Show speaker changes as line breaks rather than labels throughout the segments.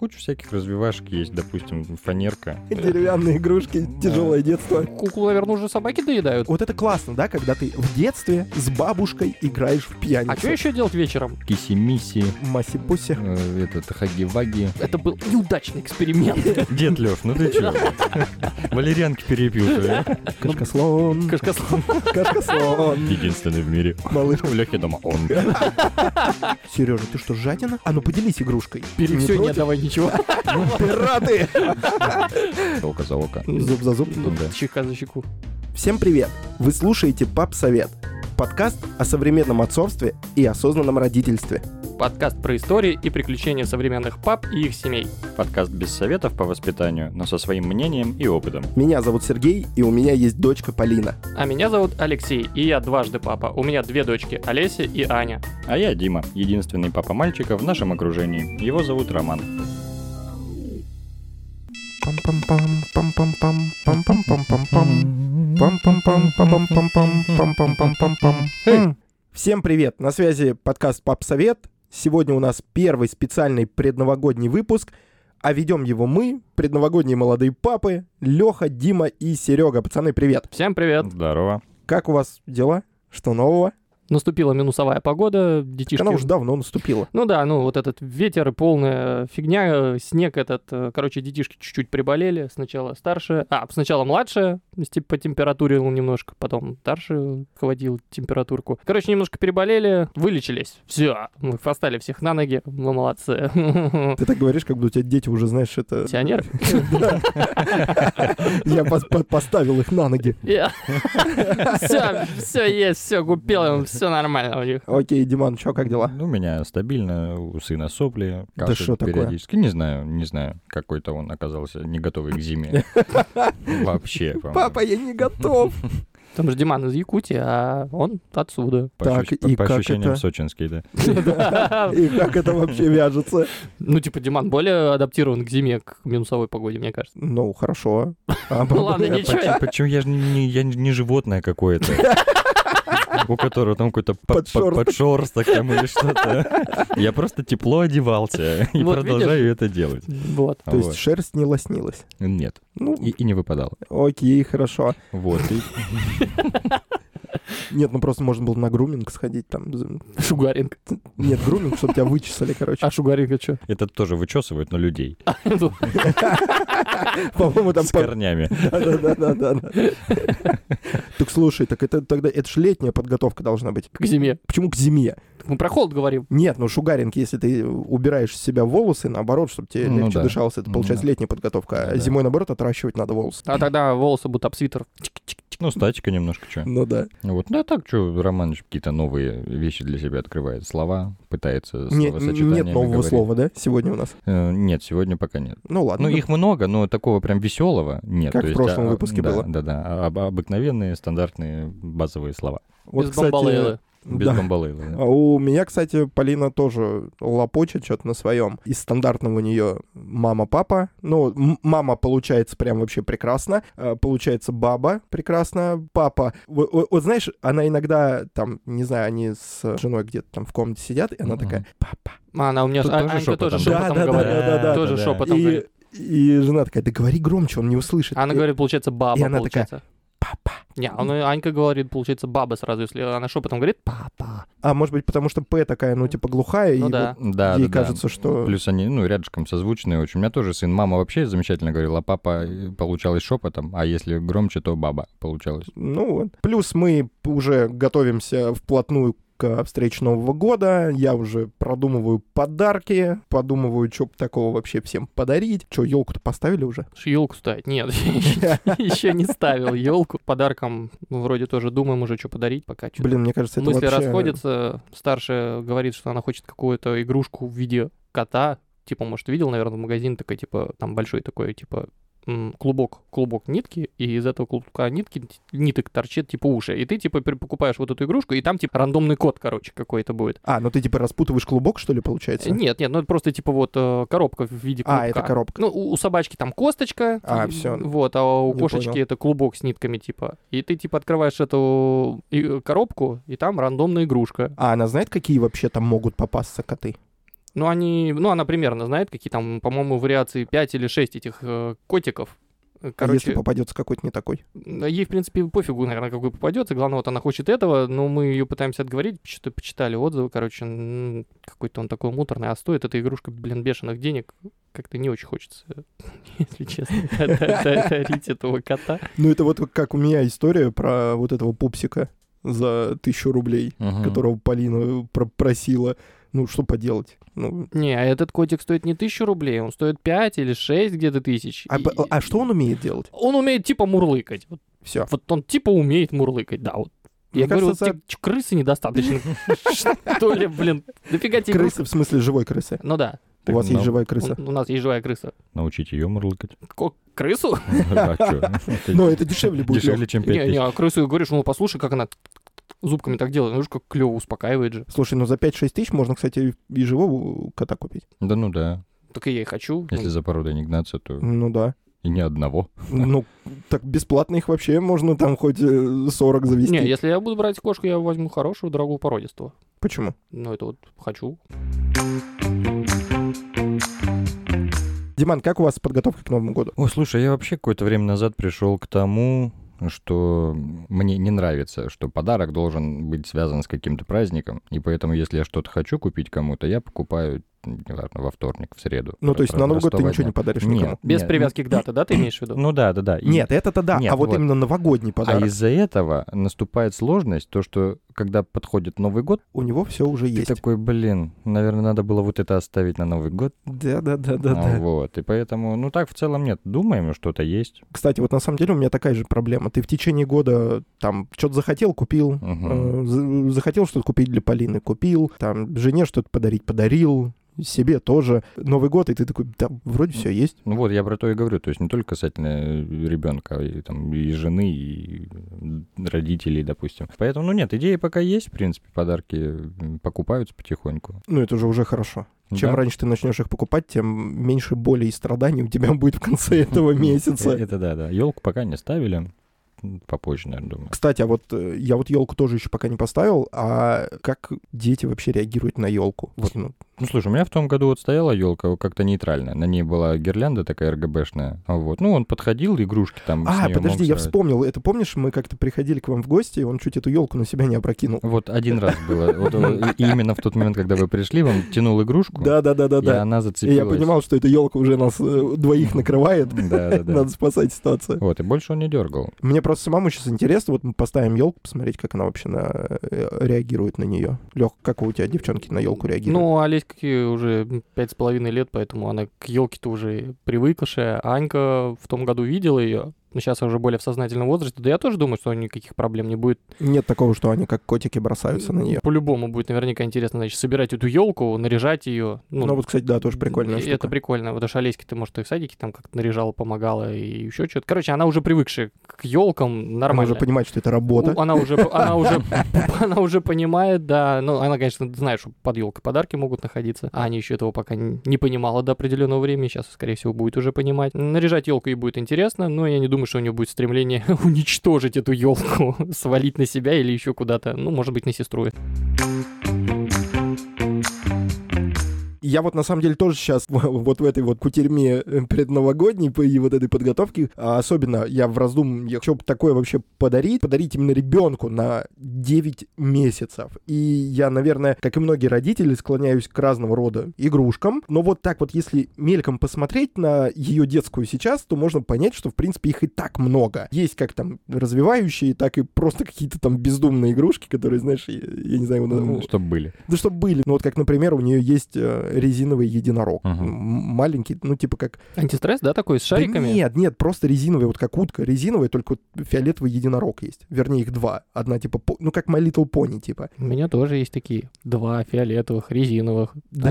Куча всяких развивашек есть, допустим, фанерка.
Деревянные игрушки, тяжелое детство.
Куклу, наверное, уже собаки доедают.
Вот это классно, да, когда ты в детстве с бабушкой играешь в пьяницу.
А что еще делать вечером?
Киси-миси,
Маси-пуси.
э, этот хаги-ваги.
Это был неудачный эксперимент.
Дед Лев, ну ты чё? Валерьянки перепил ты, а?
Кашкаслон.
Кашкаслан.
ну, Кашкаслон.
Единственный в мире.
Малыш.
У Лехи дома он.
Сережа, ты что, жадина? А ну поделись игрушкой.
Бери
Не
все, не
против?
отдавай ничего.
Пираты!
Око за око.
Зуб за зуб.
Ну да.
Щека за щеку.
Всем привет! Вы слушаете «Пап Совет» подкаст о современном отцовстве и осознанном родительстве.
Подкаст про истории и приключения современных пап и их семей.
Подкаст без советов по воспитанию, но со своим мнением и опытом.
Меня зовут Сергей, и у меня есть дочка Полина.
А меня зовут Алексей, и я дважды папа. У меня две дочки, Олеся и Аня.
А я Дима, единственный папа мальчика в нашем окружении. Его зовут Роман.
Пам-пам-пам, пам-пам-пам, пам-пам-пам-пам-пам. Пам-пам-пам, пам-пам-пам-пам, пам-пам-пам-пам-пам. М. Всем привет! На связи подкаст «Пап Совет». Сегодня у нас первый специальный предновогодний выпуск, а ведем его мы, предновогодние молодые папы, Леха, Дима и Серега. Пацаны, привет!
Всем привет.
Здорово.
Как у вас дела? Что нового?
Наступила минусовая погода, детишки...
Она уже давно наступила.
Ну да, ну вот этот ветер и полная фигня, э, снег этот, э, короче, детишки чуть-чуть приболели, сначала старшая, а, сначала младшая, типа по температуре немножко, потом старшая холодил температурку. Короче, немножко переболели, вылечились, все, мы поставили всех на ноги, мы молодцы.
Ты так говоришь, как будто у тебя дети уже, знаешь, это...
Пенсионеры?
Я пос- по- поставил их на ноги.
Все, все есть, все купил им, все нормально у них.
Окей, Диман, чё, как дела?
Ну, у меня стабильно, у сына сопли.
Да
кашель
что такое?
Периодически, не знаю, не знаю. Какой-то он оказался не готовый к зиме. Вообще, по-моему.
Папа, я не готов.
Там же Диман из Якутии, а он отсюда.
По
Так,
ощущ-
и
по
как
ощущениям
это?
сочинский, да.
И как это вообще вяжется?
Ну, типа, Диман более адаптирован к зиме, к минусовой погоде, мне кажется.
Ну, хорошо. А,
Ну ладно,
бля,
ничего.
Почему, почему я же не, я не животное какое-то? У которого там какой-то под- под-
Подшерсток.
подшерсток там или что-то. Я просто тепло одевался и
Вот
продолжаю это делать.
Вот.
То есть
Вот.
шерсть не лоснилась.
Нет,
Ну,
и, и не выпадало.
окей, хорошо.
Вот, и
Нет, ну просто можно было на груминг сходить там. З-
Шугаринг.
Нет, груминг, чтобы тебя вычесали, короче.
А шугаринг это что?
это тоже вычесывают, но людей.
По-моему, там...
С
по-
корнями.
Да-да-да-да-да. Так слушай, так это тогда... Это же летняя подготовка должна быть.
К зиме.
Почему к зиме?
Мы про холод говорим.
Нет, ну шугаринг, если ты убираешь с себя волосы, наоборот, чтобы тебе
Ну
легче
да.
дышалось, это
Ну
получается
да. Ну
летняя подготовка. А
Да.
зимой, наоборот, отращивать надо волосы.
А тогда волосы будут обсвитер.
Ну, статика немножко, что.
Ну да.
Вот, да так, что, Романович какие-то новые вещи для себя открывает. Слова пытается
Не-
словосочетаниями
Нет нового
говорить.
слова, да, сегодня у нас?
Э, Нет, сегодня пока нет.
Ну ладно.
Ну, их много, но такого прям веселого нет.
Как
То
в
есть,
прошлом
а,
выпуске
да,
было.
Да, да, а- об- обыкновенные, стандартные, базовые слова.
Вот,
Без
кстати,
бомбалейлы.
Без
да.
бомбалейла, да.
А У меня, кстати, Полина тоже лопочет что-то на своем. Из стандартного у нее мама-папа. Ну, м- мама получается прям вообще прекрасно. э, Получается баба прекрасно, папа. Во- во- Вот знаешь, она иногда там, не знаю, они с женой где-то там в комнате сидят, и она
Мгм.
такая, папа.
А, она у меня
Тут
а-
тоже
Анька
шепотом,
тоже
да?
шепотом
Да-да-да.
говорит.
Да-да-да.
Тоже
Да-да.
шепотом
И,
говорит.
и жена такая, да говори громче, он не услышит.
А Она
И-
говорит, получается, баба,
и она такая,
получается.
Папа.
Не, он- Анька говорит, получается, баба сразу, если она шепотом говорит, папа.
А может быть, потому что П такая, ну, типа, глухая,
Ну
и
да.
Да,
ей
да, да.
кажется, что...
Плюс они, ну, рядышком созвучные очень. У меня тоже сын, мама вообще замечательно говорила, а папа э, получалось шепотом, а если громче, то баба получалось.
Ну вот. Плюс мы уже готовимся вплотную к а, встрече Нового года. Я уже продумываю подарки, подумываю, что такого вообще всем подарить. Что, елку-то поставили уже?
Елку ставить? Нет, еще не ставил елку. Подарком ну, вроде тоже думаем уже, что подарить пока. чё-то
Блин, мне кажется, это
Мысли
вообще...
расходятся. Старшая говорит, что она хочет какую-то игрушку в виде кота. Типа, может, видел, наверное, в магазине такой, типа, там большой такой, типа, м, клубок, клубок нитки, и из этого клубка нитки, т- ниток торчит, типа, уши. И ты, типа, пер- покупаешь вот эту игрушку, и там, типа, рандомный код, короче, какой-то будет.
А, ну ты типа распутываешь клубок, что ли,
Э,
получается?
Нет, нет, ну это просто, типа, вот э, коробка в виде клубка.
А, это коробка.
Ну, у, у собачки там косточка.
А,
и-
всё.
Вот, а у
Не
кошечки
понял.
это клубок с нитками, типа. И ты, типа, открываешь эту и- коробку, и там рандомная игрушка.
А она знает, какие вообще там могут попасться коты?
Ну, они, ну, она примерно знает, какие там, по-моему, вариации 5 или 6 этих э, котиков. Э,
А Если
Короче,
попадется какой-то не такой.
ей, в принципе, пофигу, наверное, какой попадется. Главное, вот она хочет этого, но мы ее пытаемся отговорить, что-то почитали отзывы, короче, м, какой-то он такой муторный, а стоит эта игрушка, блин, бешеных денег. Как-то не очень хочется, если честно, да- да- да- дарить этого кота.
Ну, это вот как у меня история про вот этого пупсика за тысячу рублей,
Мгм.
которого Полина э, про- просила. Ну, что поделать? Ну,
Не, а этот котик стоит не тысячу рублей, он стоит 5 или 6 где-то тысяч.
а,
И-
б- а что он умеет делать?
Он умеет типа мурлыкать. Вот,
Все.
вот он типа умеет мурлыкать, да, вот.
Мне
Я говорю,
кажется,
вот те- ч- крысы недостаточно. Что ли, блин, дофига тебе
Крысы,
крысы?
в смысле живой крысы.
Ну да,
У
Так
вас есть
нам
живая крыса.
у у нас есть живая крыса.
Научить ее мурлыкать.
Ко- Крысу?
А чё? Это
Но Ну, это дешевле будет. Лёх.
Дешевле, чем
Не,
5
не,
тысяч.
а крысу говоришь, ну послушай, как она зубками так делает. Ну, видишь, как клево успокаивает же.
Слушай, ну за 5-6 тысяч можно, кстати, и живого кота купить.
Да ну да.
Так и я и хочу. Ну,
Если за породой не гнаться, то
Ну да.
и ни одного.
Ну, так бесплатно их вообще можно там хоть э, 40 завести.
Не, если я буду брать кошку, я возьму хорошую, дорогую породистую.
Почему?
Ну, это вот хочу.
Диман, как у вас подготовка к Новому году?
О, слушай, я вообще какое-то время назад пришел к тому, что мне не нравится, что подарок должен быть связан с каким-то праздником, и поэтому, если я что-то хочу купить кому-то, я покупаю, м, неважно, во вторник, в среду.
Ну, то есть на Новый год ты
Расставание.
ничего не ну, подаришь
Нет,
никому.
Без
нет,
привязки к дате, да, ты имеешь в виду?
Ну да, да, да. И-
Нет, это-то да,
Нет,
а вот,
вот.
именно новогодний
А
подарок.
из-за этого наступает сложность, то, что когда подходит Новый год,
У него все уже есть.
ты такой, блин, наверное, надо было вот это оставить на Новый год.
Да, да, да, да,
А,
да.
Вот, и поэтому, ну так в целом нет, думаем, что-то есть.
Кстати, вот на самом деле у меня такая же проблема. Ты в течение года там что-то захотел, купил.
Мгм.
Э, за- Захотел что-то купить для Полины, купил. Там жене что-то подарить, подарил. Себе тоже. Новый год, и ты такой, да, вроде все есть.
Ну вот, я про то и говорю, то есть не только касательно ребенка, и, там, и жены, и родителей, допустим. Поэтому, ну нет, идеи пока есть, в принципе, подарки м, покупаются потихоньку.
Ну, это же уже хорошо. Чем
Да.
раньше ты начнешь их покупать, тем меньше боли и страданий у тебя будет в конце этого месяца.
Это да, да. Елку пока не ставили, М, попозже, наверное, думаю.
Кстати, а вот э, я вот елку тоже еще пока не поставил, а как дети вообще реагируют на елку? Вот, ну,
Ну, слушай, у меня в том году вот стояла елка как-то нейтральная. На ней была гирлянда такая РГБшная. Вот. Ну, он подходил, игрушки там с
А,
неё
подожди, я
мог срать.
вспомнил. Это помнишь, мы как-то приходили к вам в гости, и он чуть эту елку на себя не опрокинул.
Вот один раз было. Вот, э, и именно в тот момент, когда вы пришли, он тянул игрушку,
Да, да, да, да,
и
да.
она
И
зацепилась.
я понимал, что эта елка уже нас э, двоих накрывает.
Да, да, да.
Надо спасать ситуацию.
Вот, и больше он не дергал.
Мне просто самому сейчас интересно, вот мы поставим елку, посмотреть, как она вообще на- э, реагирует на нее. Лех, как у тебя девчонки на елку реагируют?
Ну, Олеське уже пять с половиной лет, поэтому она к елке-то уже привыкшая. Анька в том году видела ее. Сейчас уже более в сознательном возрасте. Да я тоже думаю, что никаких проблем не будет.
Нет такого, что они как котики бросаются на нее.
По-любому будет наверняка интересно, значит, собирать эту елку, наряжать ее.
Ну, вот, кстати, да, тоже прикольная
и
штука.
Это прикольно, потому что Олеське ты, может, и в садике там как-то наряжала, помогала и еще что-то. Короче, она уже привыкшая к елкам,
Она
нормально.
уже понимает, что это работа.
У- Ну, Она уже, она уже, она уже понимает, да. Ну, она, конечно, знает, что под елкой подарки могут находиться. А Аня еще этого пока н- не понимала до определенного времени. Сейчас, скорее всего, будет уже понимать. Наряжать елку ей будет интересно, но я не думаю, что у нее будет стремление уничтожить эту елку, свалить на себя или еще куда-то. Ну, может быть, на сестру.
Я вот на самом деле тоже сейчас вот в этой вот кутерьме э, предновогодней по- и вот этой подготовке, а особенно я в раздумьях, что бы такое вообще подарить, подарить именно ребенку на 9 месяцев. И я, наверное, как и многие родители, склоняюсь к разного рода игрушкам, но вот так вот, если мельком посмотреть на ее детскую сейчас, то можно понять, что, в принципе, их и так много. Есть как там развивающие, так и просто какие-то там бездумные игрушки, которые, знаешь, я, я не знаю, у-
Чтоб были.
да чтоб были. Ну вот как, например, у нее есть э, резиновый единорог.
Мгм.
М, Маленький, ну типа как...
Антистресс, да, такой, с шариками?
Да нет, нет, просто резиновый, вот как утка. Резиновый, только вот фиолетовый единорог есть. Вернее, их два. Одна типа, по- ну как My Little Pony, типа.
У меня тоже есть такие. Два фиолетовых, резиновых,
Да,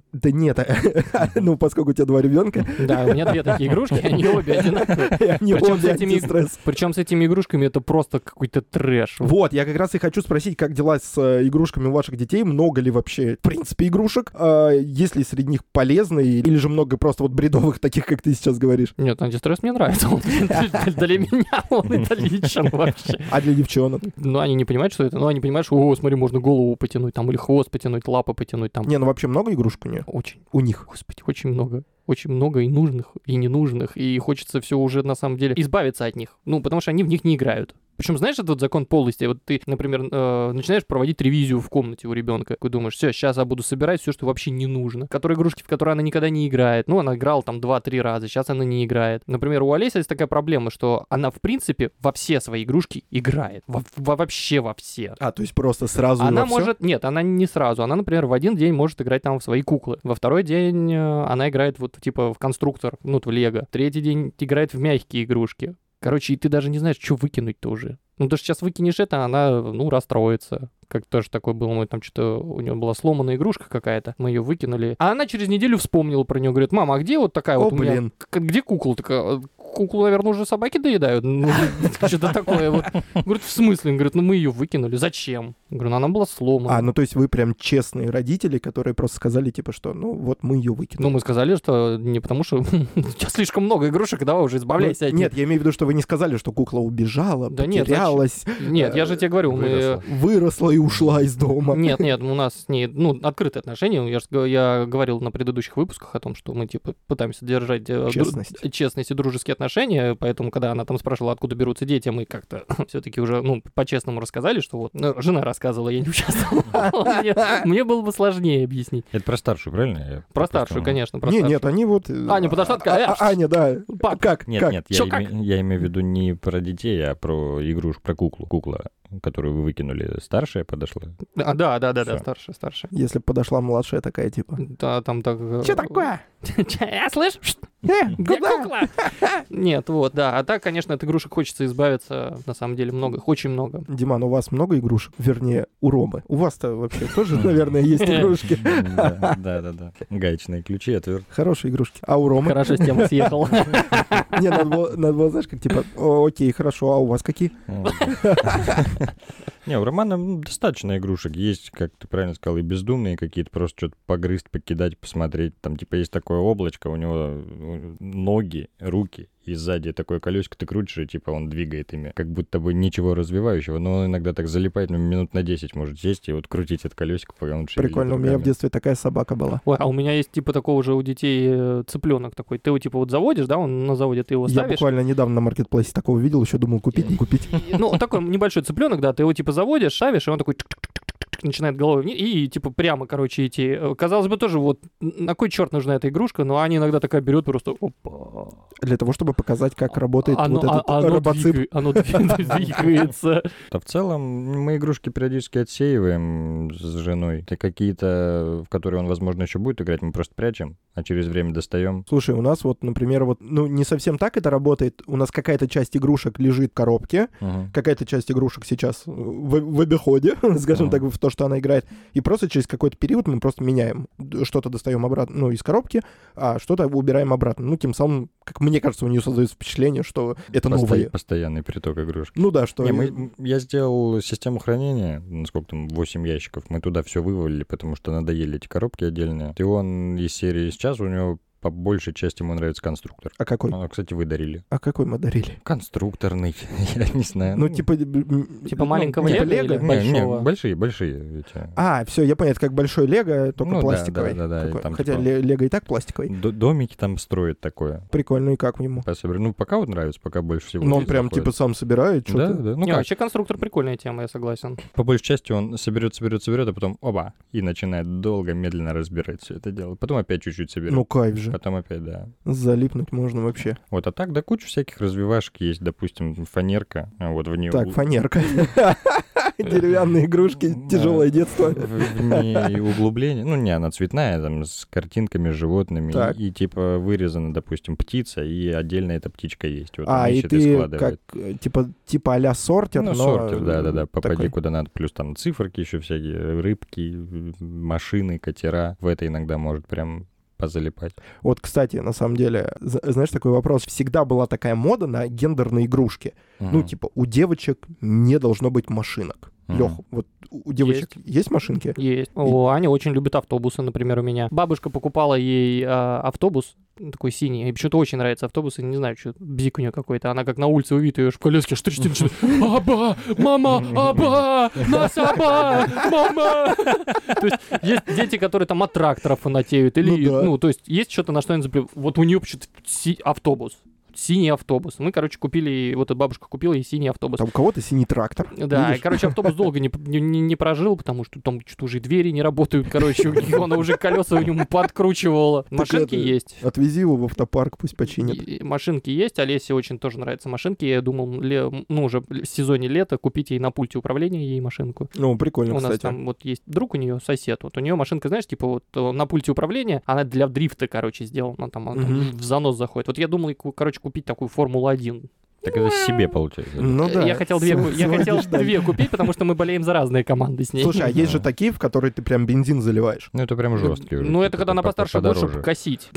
э, да нет, ну поскольку у тебя два ребенка,
Да, у меня две такие игрушки, они обе одинаковые.
они
Причём с
обе
этими-
антистресс.
Причем с этими игрушками это просто какой-то трэш.
Вот, я как раз и хочу спросить, как дела с э, игрушками у ваших детей? Много ли вообще, в принципе, игрушек? Э, а есть ли среди них полезные или же много просто вот бредовых таких, как ты сейчас говоришь?
Нет, антистресс мне нравится. Он Для меня он отличен вообще.
А для девчонок?
Ну, они не понимают, что это. Ну, они понимают, что, о, смотри, можно голову потянуть, там, или хвост потянуть, лапы потянуть, там.
Не, ну вообще много игрушек у нее?
Очень,
У них.
господи, очень много. Очень много и нужных, и ненужных, и хочется все уже, на самом деле, избавиться от них. Ну, потому что они в них не играют. Причем, знаешь, этот вот закон полости. Вот ты, например, э, начинаешь проводить ревизию в комнате у ребенка. И думаешь, все, сейчас я буду собирать все, что вообще не нужно. Которые игрушки, в которые она никогда не играет. Ну, она играла там 2-3 раза, сейчас она не играет. Например, у Олеси есть такая проблема, что она, в принципе, во все свои игрушки играет. Во- во- вообще во все.
А, то есть просто сразу и
Она
во всё?
может... Нет, она не сразу. Она, например, в один день может играть там в свои куклы. Во второй день э, она играет вот типа в конструктор, ну, вот в лего. Третий день играет в мягкие игрушки. Короче, и ты даже не знаешь, что выкинуть-то уже. Ну, ты же сейчас выкинешь это, она, ну, расстроится. Как тоже такое было, мы там что-то, у нее была сломанная игрушка какая-то, мы ее выкинули. А она через неделю вспомнила про нее, говорит, мама, а где вот такая
О,
вот у меня
блин.
к- где кукла? Такая, куклу, наверное, уже собаки доедают. Ну, что-то такое. Вот. Говорит, в смысле? Он говорит, ну мы ее выкинули. Зачем? Я Говорю, ну она была сломана.
А, ну то есть вы прям честные родители, которые просто сказали, типа, что ну вот мы ее выкинули.
Ну, мы сказали, что не потому, что у тебя слишком много игрушек, давай уже избавляйся от
Ну, Нет, я имею в виду, что вы не сказали, что кукла убежала,
Да нет,
потерялась,
них. Нет, я же тебе говорю, мы...
Выросла.
выросла и ушла из дома.
Нет, нет, у нас с ней, ну, открытые отношения. Я, ж г- я говорил на предыдущих выпусках о том, что мы, типа, пытаемся держать э, дру-
Честность.
честность и дружеские отношения, поэтому, когда она там спрашивала, откуда берутся дети, мы как-то все-таки уже, ну, по-честному рассказали, что вот, ну, жена рассказывала, я не участвовал. Мне- Мне было бы сложнее объяснить.
Это про старшую, правильно? Я
Про
просто-
старшую, конечно, про
Не,
старшую.
нет, они вот... э,
Аня подошла,
а-
такая,
а-
«Э,
а- Аня, да.
пап,
Как?
Нет,
как?
нет,
Чё,
я,
как?
име- я имею в виду не про детей, а про игрушку, про куклу. Кукла, которую вы выкинули, старшая подошла.
А, Да, да, да, да,
Всё.
старшая, старшая.
Если бы подошла младшая такая, типа...
Да, там так... э,
Че такое?
Чё, Я слышь? Шт,
Э,
где
куда?»
кукла? Нет, вот, да. А так, конечно, от игрушек хочется избавиться, на самом деле, много, их очень много.
Диман, у вас много игрушек? Вернее, у Ромы. У вас-то вообще тоже, наверное, есть
Э.
игрушки.
Да, да, да. Гаечные ключи, отвертки.
Хорошие игрушки. А у Ромы?
Хорошо, с темы съехал.
Не, надо было, надо было, знаешь, как типа, «О, окей, хорошо, а у вас какие?
Не, у Романа м, достаточно игрушек. Есть, как ты правильно сказал, и бездумные какие-то, просто что-то погрызть, покидать, посмотреть. Там, типа, есть такое облачко, у него э, ноги, руки, и сзади такое колесико ты крутишь, и, типа, он двигает ими. Как будто бы ничего развивающего, но он иногда так залипает, ну, минут на 10 может сесть и вот крутить это колесико, пока он шевелит
Прикольно, у меня в
руками.
детстве такая собака была.
Ой, а у меня есть типа такого же у детей цыпленок такой. Ты его типа вот заводишь, да, он на заводе, ты его
Я
ставишь.
буквально недавно на маркетплейсе такого видел, еще думал, купить, не купить.
И, Ну, такой небольшой цыпленок, да, ты его типа заводишь, шавишь, и он такой чик-чик-чик-чик-чик начинает головой вниз, и типа прямо, короче, идти. Э, Казалось бы, тоже вот на кой черт нужна эта игрушка, но они иногда такая берет просто опа.
Для того, чтобы показать, как работает
оно,
вот этот
а- оно
робоцып.
двига- оно двиг- двигается.
Да А в целом мы игрушки периодически отсеиваем с женой. Это какие-то, в которые он, возможно, еще будет играть, мы просто прячем, а через время достаем.
Слушай, у нас вот, например, вот, ну, не совсем так это работает. У нас какая-то часть игрушек лежит в коробке,
Мгм.
какая-то часть игрушек сейчас э, в, в обиходе, скажем
Ага.
так, в то, что она играет. И просто через какой-то период мы просто меняем. Д- Что-то достаем обратно, ну, из коробки, а что-то убираем обратно. Ну, тем самым, как мне кажется, у нее создается впечатление, что это
Посто-
новое.
Постоянный приток игрушек.
Ну да, что...
Не, мы- я сделал систему хранения, ну, сколько там, 8 ящиков. Мы туда все вывалили, потому что надоели эти коробки отдельные. И он из серии сейчас, у него по большей части ему нравится конструктор.
А какой?
А, кстати, вы дарили.
А какой мы дарили?
Конструкторный, я не знаю.
Ну, типа... м,
Типа
ну,
маленького
типа
Лего
Не,
или-
не,
большого.
большие, большие эти.
А, все, я понял, это как большой Лего, только
Ну да,
пластиковый.
да, да, да, и
Такой.
там
Хотя
типа-
ле- Лего и так пластиковый.
Д- Домики там строят такое.
Прикольно, и как ему?
Пособер- Ну, пока вот нравится, пока больше всего.
Ну, он
здесь
прям типа
заходит.
сам собирает
Да,
что-то.
да. Ну,
Не,
как,
вообще конструктор прикольная тема, я согласен.
по большей части он соберет, соберет, соберет, а потом оба. И начинает долго, медленно разбирать все это дело. Потом опять чуть-чуть соберет.
Ну, кайф же.
Потом опять, да.
Залипнуть можно вообще.
Вот, а так, да, куча всяких развивашек есть, допустим, фанерка, а вот в нее...
Так, фанерка. Деревянные игрушки,
Да.
тяжелое детство.
В, в ней углубление, ну не, она цветная, там с картинками, с животными
Так.
и, типа вырезана, допустим, птица и отдельно эта птичка есть. Вот он
А, и
ищет и
ты
складывает.
как, э, типа, типа а-ля сортер,
ну,
но...
сортир, да, да, да.
э,
Попади
такой.
куда надо. Плюс там циферки еще всякие, рыбки, м, машины, катера. В это иногда может прям позалипать.
Вот, кстати, на самом деле, з- знаешь, такой вопрос. Всегда была такая мода на гендерные игрушки. Ну,
Мгм.
типа, у девочек не должно быть машинок.
Мгм.
Лех, вот у у девочек есть, машинки?
Есть. О, Аня очень любит автобусы, например, у меня. Бабушка покупала ей а, автобус, ну, такой синий. Ей почему-то очень нравятся автобусы, не знаю, что бзик у нее какой-то. Она как на улице увидит ее в колеске, что начинает. Аба! Мама! Аба! Нас аба! Мама! То есть есть дети, которые там от тракторов фанатеют. Или,
Ну да.
ну, то есть есть что-то, на что они заплю- Вот у нее почему-то си- автобус. Синий автобус. Мы, короче, купили, ей- вот эта бабушка купила ей синий автобус.
Там у кого-то синий трактор.
Да,
видишь?
и, короче, автобус долго не, не- не- не прожил, потому что там что-то уже и двери не работают, короче, она уже колеса у него подкручивала.
это-
Машинки есть.
Отвези его в автопарк, пусть починят.
И- и Машинки есть, Олесе очень тоже нравятся машинки. Я думал, ле- ну уже в сезоне лета купить ей на пульте управления ей машинку.
Ну, прикольно,
у нас
кстати.
там вот есть друг у нее, сосед. Вот у нее машинка, знаешь, типа вот э, на пульте управления, она для дрифта, короче, сделана. Там, она там
Мгм.
в занос заходит. Вот я думал, и ку- короче, купить такую Формулу-1.
Так это себе получается.
Ну
Э,
да.
Я хотел, две, ку- я
Сегодня
хотел
ждали.
две купить, потому что мы болеем за разные команды с ней.
Слушай, а есть
Да.
же такие, в которые ты прям бензин заливаешь.
Ну это прям жесткий уже.
Ну, это когда она
по-
постарше больше
подороже.
покосить.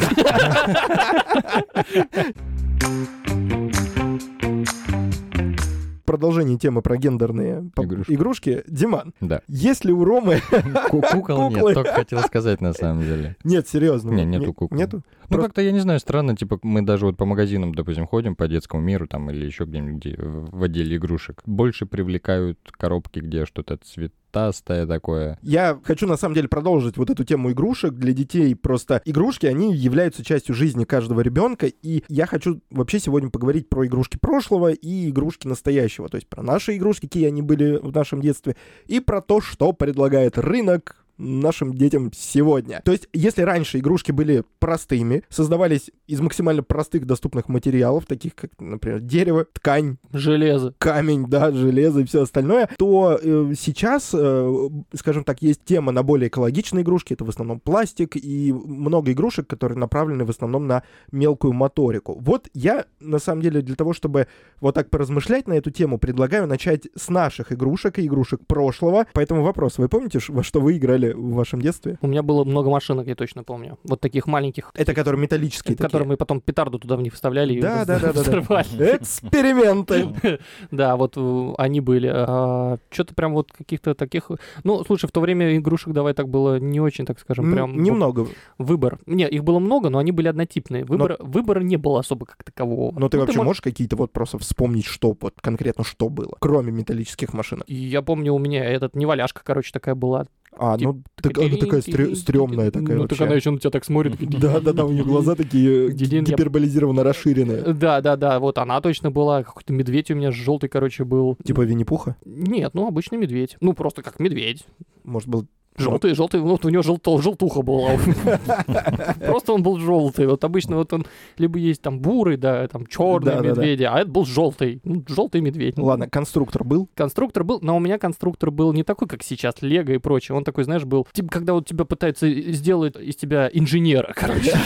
Продолжение темы про гендерные по-
Игрушки.
игрушки. Диман,
Да.
есть ли у Ромы...
Ку- Кукол
Куклы.
нет, только хотел сказать на самом деле.
Нет, серьезно.
Не,
вот
нету
не-
кукол.
Нету?
Ну,
Просто-
как-то, я не знаю, странно, типа, мы даже вот по магазинам, допустим, ходим по детскому миру там или еще где-нибудь где, в отделе игрушек. Больше привлекают коробки, где что-то цветастое такое.
Я хочу на самом деле продолжить вот эту тему игрушек для детей. Просто игрушки, они являются частью жизни каждого ребенка. И я хочу вообще сегодня поговорить про игрушки прошлого и игрушки настоящего. То есть про наши игрушки, какие они были в нашем детстве, и про то, что предлагает рынок нашим детям сегодня. То есть, если раньше игрушки были простыми, создавались из максимально простых доступных материалов, таких как, например, дерево, ткань,
Железо.
камень, да, железо и все остальное, то э, сейчас, э, скажем так, есть тема на более экологичные игрушки, это в основном пластик и много игрушек, которые направлены в основном на мелкую моторику. Вот я, на самом деле, для того, чтобы вот так поразмышлять на эту тему, предлагаю начать с наших игрушек и игрушек прошлого. Поэтому вопрос, вы помните, ш- во что вы играли в вашем детстве?
У меня было много машинок, я точно помню. Вот таких маленьких, э,
Это которые металлические такие.
которые мы потом петарду туда в них вставляли и
Да,
вз-
да, да, да, да.
взрывали.
Эксперименты!
Да, вот э, они были. Что-то прям вот каких-то таких... Ну, слушай, в то время игрушек, давай так было, не очень, так скажем, прям...
М, Немного.
Выбор. Не, их было много, но они были однотипные. Выбор, Выбора не было особо как такового.
Но Ну, ты вообще
Ну, мож-
можешь какие-то вот просто вспомнить, что вот конкретно что было, кроме металлических машинок?
И Я помню, у меня этот неваляшка, короче, такая была.
А, ну так она такая стре- стрёмная такая
Ну, так она
вообще.
еще на тебя так смотрит.
Да, да, да, у нее глаза такие э,
Дилин, я-
гиперболизированно расширенные.
Да, да, да, вот она точно была. Какой-то медведь у меня желтый, короче, был.
Типа Винни-Пуха?
Нет, ну обычный медведь. Ну просто как медведь.
Может, был...
Желтый, желтый, ну вот у него желто, желтуха была. Просто он был желтый. Вот обычно вот он либо есть там бурый, да, там черный
Да-да-да.
медведь, а это был желтый. Ну, желтый медведь. Ну,
Ладно, конструктор был.
Конструктор был, но у меня конструктор был не такой, как сейчас, Лего и прочее. Он такой, знаешь, был, типа, когда вот тебя пытаются сделать из тебя инженера, короче.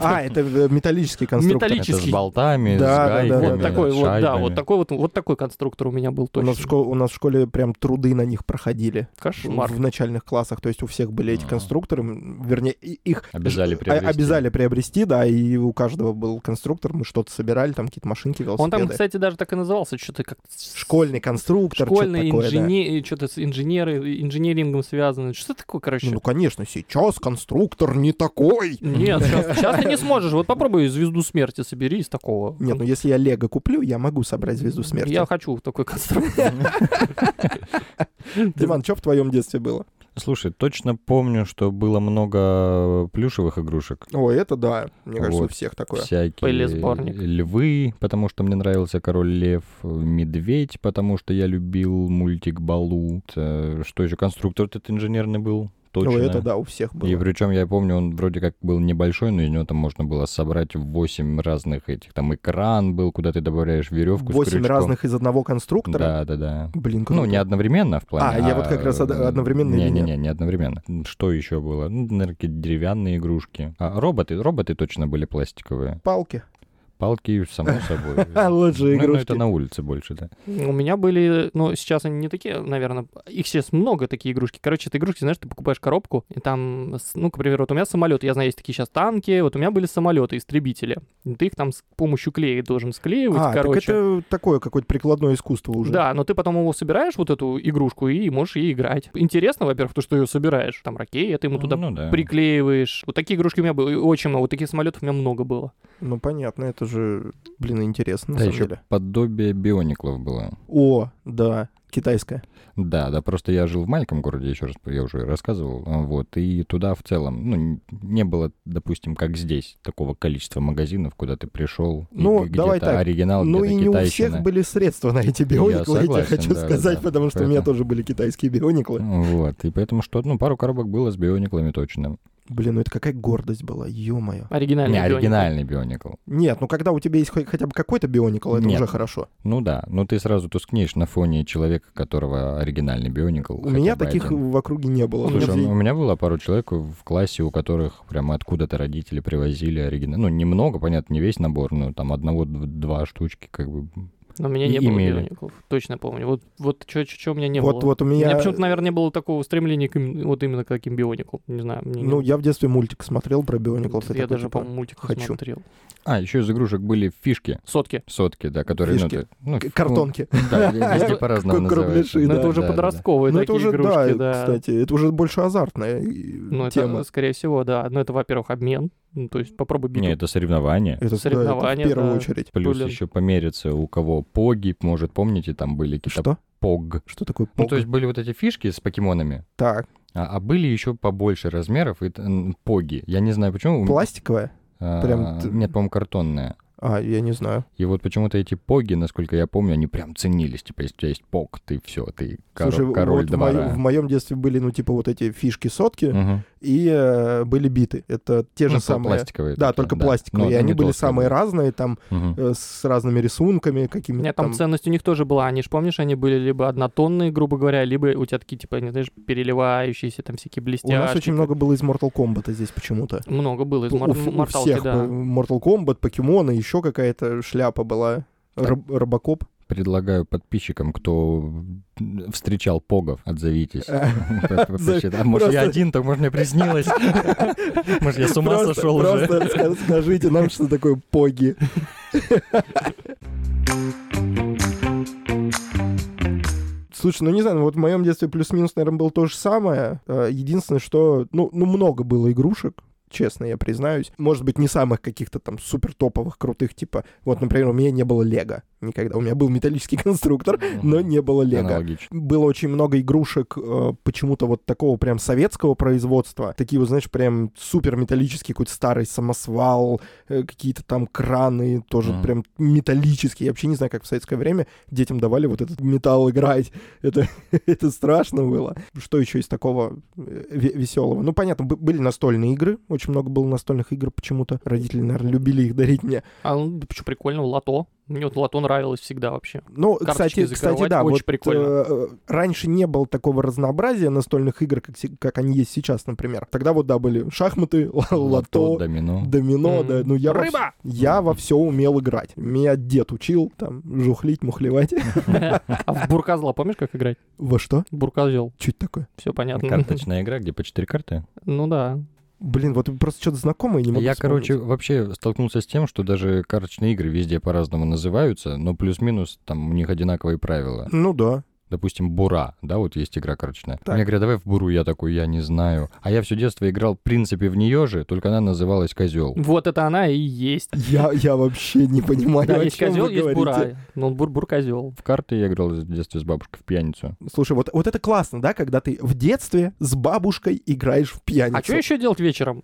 А, это э, металлический конструктор.
Металли-
Это с
Металлический.
болтами,
Да,
с
да, да,
гайками,
да,
Вот такой вот, да,
шайбами.
вот такой вот, вот такой конструктор у меня был
У нас, в
точно.
школе, у нас в школе прям труды на них проходили
Кошмар.
в начальных классах, то есть у всех были эти
А.
конструкторы, м, вернее и- их
Обязали
ж- а-
приобрести.
обязали приобрести, да, и у каждого был конструктор, мы что-то собирали, там какие-то машинки, велосипеды.
Он там, кстати, даже так и назывался, что-то как
Школьный конструктор,
школьный
что-то такое, да.
инженер, что-то с инженеры, инженерингом связано. Что такое, короче?
Ну, ну, конечно, сейчас конструктор не такой.
Нет, сейчас, сейчас ты не сможешь. Вот попробуй звезду смерти собери из такого.
Нет, ну если я Лего куплю, я могу собрать звезду смерти.
Я хочу такой конструктор.
Диман, что в твоем детстве было?
Слушай, точно помню, что было много э, плюшевых игрушек.
О, это да. Мне кажется,
Вот.
у всех такое.
Всякие
Были сборник.
львы, потому что мне нравился король лев, медведь, потому что я любил мультик Балу. Э, Что еще? Конструктор этот инженерный был. Точно.
О, это да, у всех было.
И причем я помню, он вроде как был небольшой, но из него там можно было собрать 8 разных этих. Там экран был, куда ты добавляешь веревку. с
Восемь
крючком.
разных из одного конструктора.
Да, да, да.
Блин, круто.
Ну, не одновременно в плане.
А, я вот как раз од- одновременно или
Не, не, не, не одновременно. Что еще было? Ну, наверное, какие-то деревянные игрушки. А, роботы, роботы точно были пластиковые.
Палки.
Палки, само собой.
Лучшие
Ну, ну,
игрушки.
это на улице больше, да.
У меня были, ну, сейчас они не такие, наверное, их сейчас много, такие игрушки. Короче, это игрушки, знаешь, ты покупаешь коробку, и там, с- ну, к примеру, вот у меня самолет, я знаю, есть такие сейчас танки, вот у меня были самолеты, истребители. И Ты их там с помощью клея должен склеивать,
А, так
короче.
это такое какое-то прикладное искусство уже.
Да, но ты потом его собираешь, вот эту игрушку, и можешь ей играть. Интересно, во-первых, то, что ее собираешь. Там ракеты ему туда
Ну, да.
приклеиваешь. Вот такие игрушки у меня были очень много. Вот таких самолетов у меня много было.
Ну, понятно, это же, блин, интересно, на
Да,
самом
еще
деле.
А подобие биониклов было.
О, да, китайская.
Да, да, просто я жил в маленьком городе, еще раз, я уже рассказывал, а, вот, и туда в целом, ну, н- не было, допустим, как здесь, такого количества магазинов, куда ты пришел, и
Ну,
г-
давай
где-то
так.
оригинал,
ну и
где-то
не у
китайщина.
всех были средства на эти биониклы, я тебе
согласен,
хочу
да, да,
сказать,
да.
потому что у меня
Поэтому-
тоже были китайские биониклы.
Вот, и поэтому что, ну, пару коробок было с биониклами точно.
Блин, ну это какая гордость была, ё-моё.
Оригинальные.
Не,
бионики.
оригинальный бионикл.
Нет, ну когда у тебя есть хоть- хотя бы какой-то бионикл, это
Нет.
уже хорошо.
Ну да, но ты сразу тускнеешь на фоне человека, которого оригинальный бионикл.
У
хотя
меня
бы
таких
один.
в округе не было.
ну,
Слушай,
Мне-
у меня было пару человек в классе, у которых прямо откуда-то родители привозили оригинал. Ну, немного, понятно, не весь набор, но там одного-два штучки как бы.
Но у меня
И-
не было
имели.
биоников, точно помню. Вот, вот что у меня не
вот,
было.
вот у
У меня
меня...
почему-то, наверное, не было такого стремления к им- вот именно к таким бионику. Не знаю, мне
Ну,
не-
я в детстве мультик смотрел про биониклов. и
Ну, я
такой,
даже,
типа,
по-моему, мультик
хочу.
смотрел.
А, еще из игрушек были фишки,
Сотки.
сотки, да, которые... ну,
Фишки.
ты- ну,
к-
ф-
Картонки.
ну, да, везде
Это
по-разному
как
называется.
кругляши,
Но
да,
Ну, это уже
да, да.
подростковые
Ну, это
такие
уже, да,
игрушки,
это,
да.
кстати, это уже больше азартная и-
Ну, это,
тема.
скорее всего, да. Но это, во-первых, обмен. Ну, то есть попробуй бить.
Не, это соревнования.
Это, да, это
соревнования,
в первую
да.
очередь.
Плюс
блин.
еще помериться, у кого погиб, может, помните, там были какие-то
Что?
пог.
Что такое
Ну,
пог?
то есть были вот эти фишки с покемонами,
Так,
а, а были еще побольше размеров и м, поги. Я не знаю, почему... у-
пластиковая?
а,
прям т-
Нет, по-моему, картонная.
А, я не знаю.
И вот почему-то эти поги, насколько я помню, они прям ценились. Типа, если у тебя есть пог, ты все, ты коро-
Слушай,
король
вот в,
двора.
моё- в моем детстве были, ну, типа, вот эти фишки сотки
Мгм.
и э, были биты. Это те же
Ну,
самые.
пластиковые.
Да,
такие,
только
Но
пластиковые. и
они
они были
ну, толстые
самые разные, там,
Мгм.
э, с разными рисунками, какими-то
Нет, там
там...
ценность у них тоже была. Они же, помнишь, они были либо однотонные, грубо говоря, либо у тебя такие, типа, не знаешь, переливающиеся, там всякие
У
блестяшки.
нас очень много было из Mortal Kombat здесь почему-то.
Много было из
У-
мор-
у, ф- у
морталки,
всех
да.
э, Mortal Kombat, покемоны, еще какая-то шляпа была. Роб- Робокоп.
Предлагаю подписчикам, кто встречал погов, отзовитесь. А может, я
Э, Просто-
один, так может, мне приснилось. Может, я с ума
Просто-
сошел уже.
Просто ска- скажите нам, что такое поги. Слушай, ну не знаю, ну вот в моем детстве плюс-минус, наверное, было то же самое. Э, Единственное, что, ну, ну много было игрушек, честно, я признаюсь. Может быть, не самых каких-то там супер топовых, крутых, типа, вот, например, у меня не было Лего никогда. У меня был металлический конструктор, но не было Лего
Аналогично.
было очень много игрушек э, почему-то вот такого прям советского производства. Такие вот, знаешь, прям супер металлический какой-то старый самосвал, э, какие-то там краны, тоже
Мгм.
прям металлические. Я вообще не знаю, как в советское время детям давали вот этот металл играть. Это, это страшно было. Что еще из такого веселого? Ну, понятно, бы- были настольные игры. Очень много было настольных игр почему-то. Родители, наверное, любили их дарить мне.
А ну, да почему прикольно, лото. Мне вот лото нравилось всегда вообще.
Ну,
Карточки
кстати, кстати,
закрывать
да,
очень
вот,
прикольно.
э, раньше не было такого разнообразия настольных игр, как, се- как они есть сейчас, например. Тогда вот, да, были шахматы, л- лото,
домино.
домино, да,
М.
ну я во вс-
Рыба!
я во все умел играть. Меня дед учил, там, жухлить, мухлевать.
А в бурказла помнишь, как играть?
Во что?
Буркозел.
Чуть такое.
Все понятно.
Карточная игра, где по четыре карты.
Ну да.
Блин, вот просто что-то знакомое не могу
Я,
вспомнить.
короче, вообще столкнулся с тем, что даже карточные игры везде по-разному называются, но плюс-минус там у них одинаковые правила.
Ну да.
Допустим, бура, да, вот есть игра карточная.
Так.
Мне говорят, давай в буру, я такой, я не знаю. А я все детство играл, в принципе, в нее же, только она называлась козел.
Вот это она и есть.
Я, я вообще не понимаю,
Да,
А о
есть
чем
козел,
вы
есть
говорите.
бура. Ну, бур буркозел.
В карты я играл в детстве с бабушкой в пьяницу.
Слушай, вот, вот это классно, да, когда ты в детстве с бабушкой играешь в пьяницу.
А что еще делать вечером?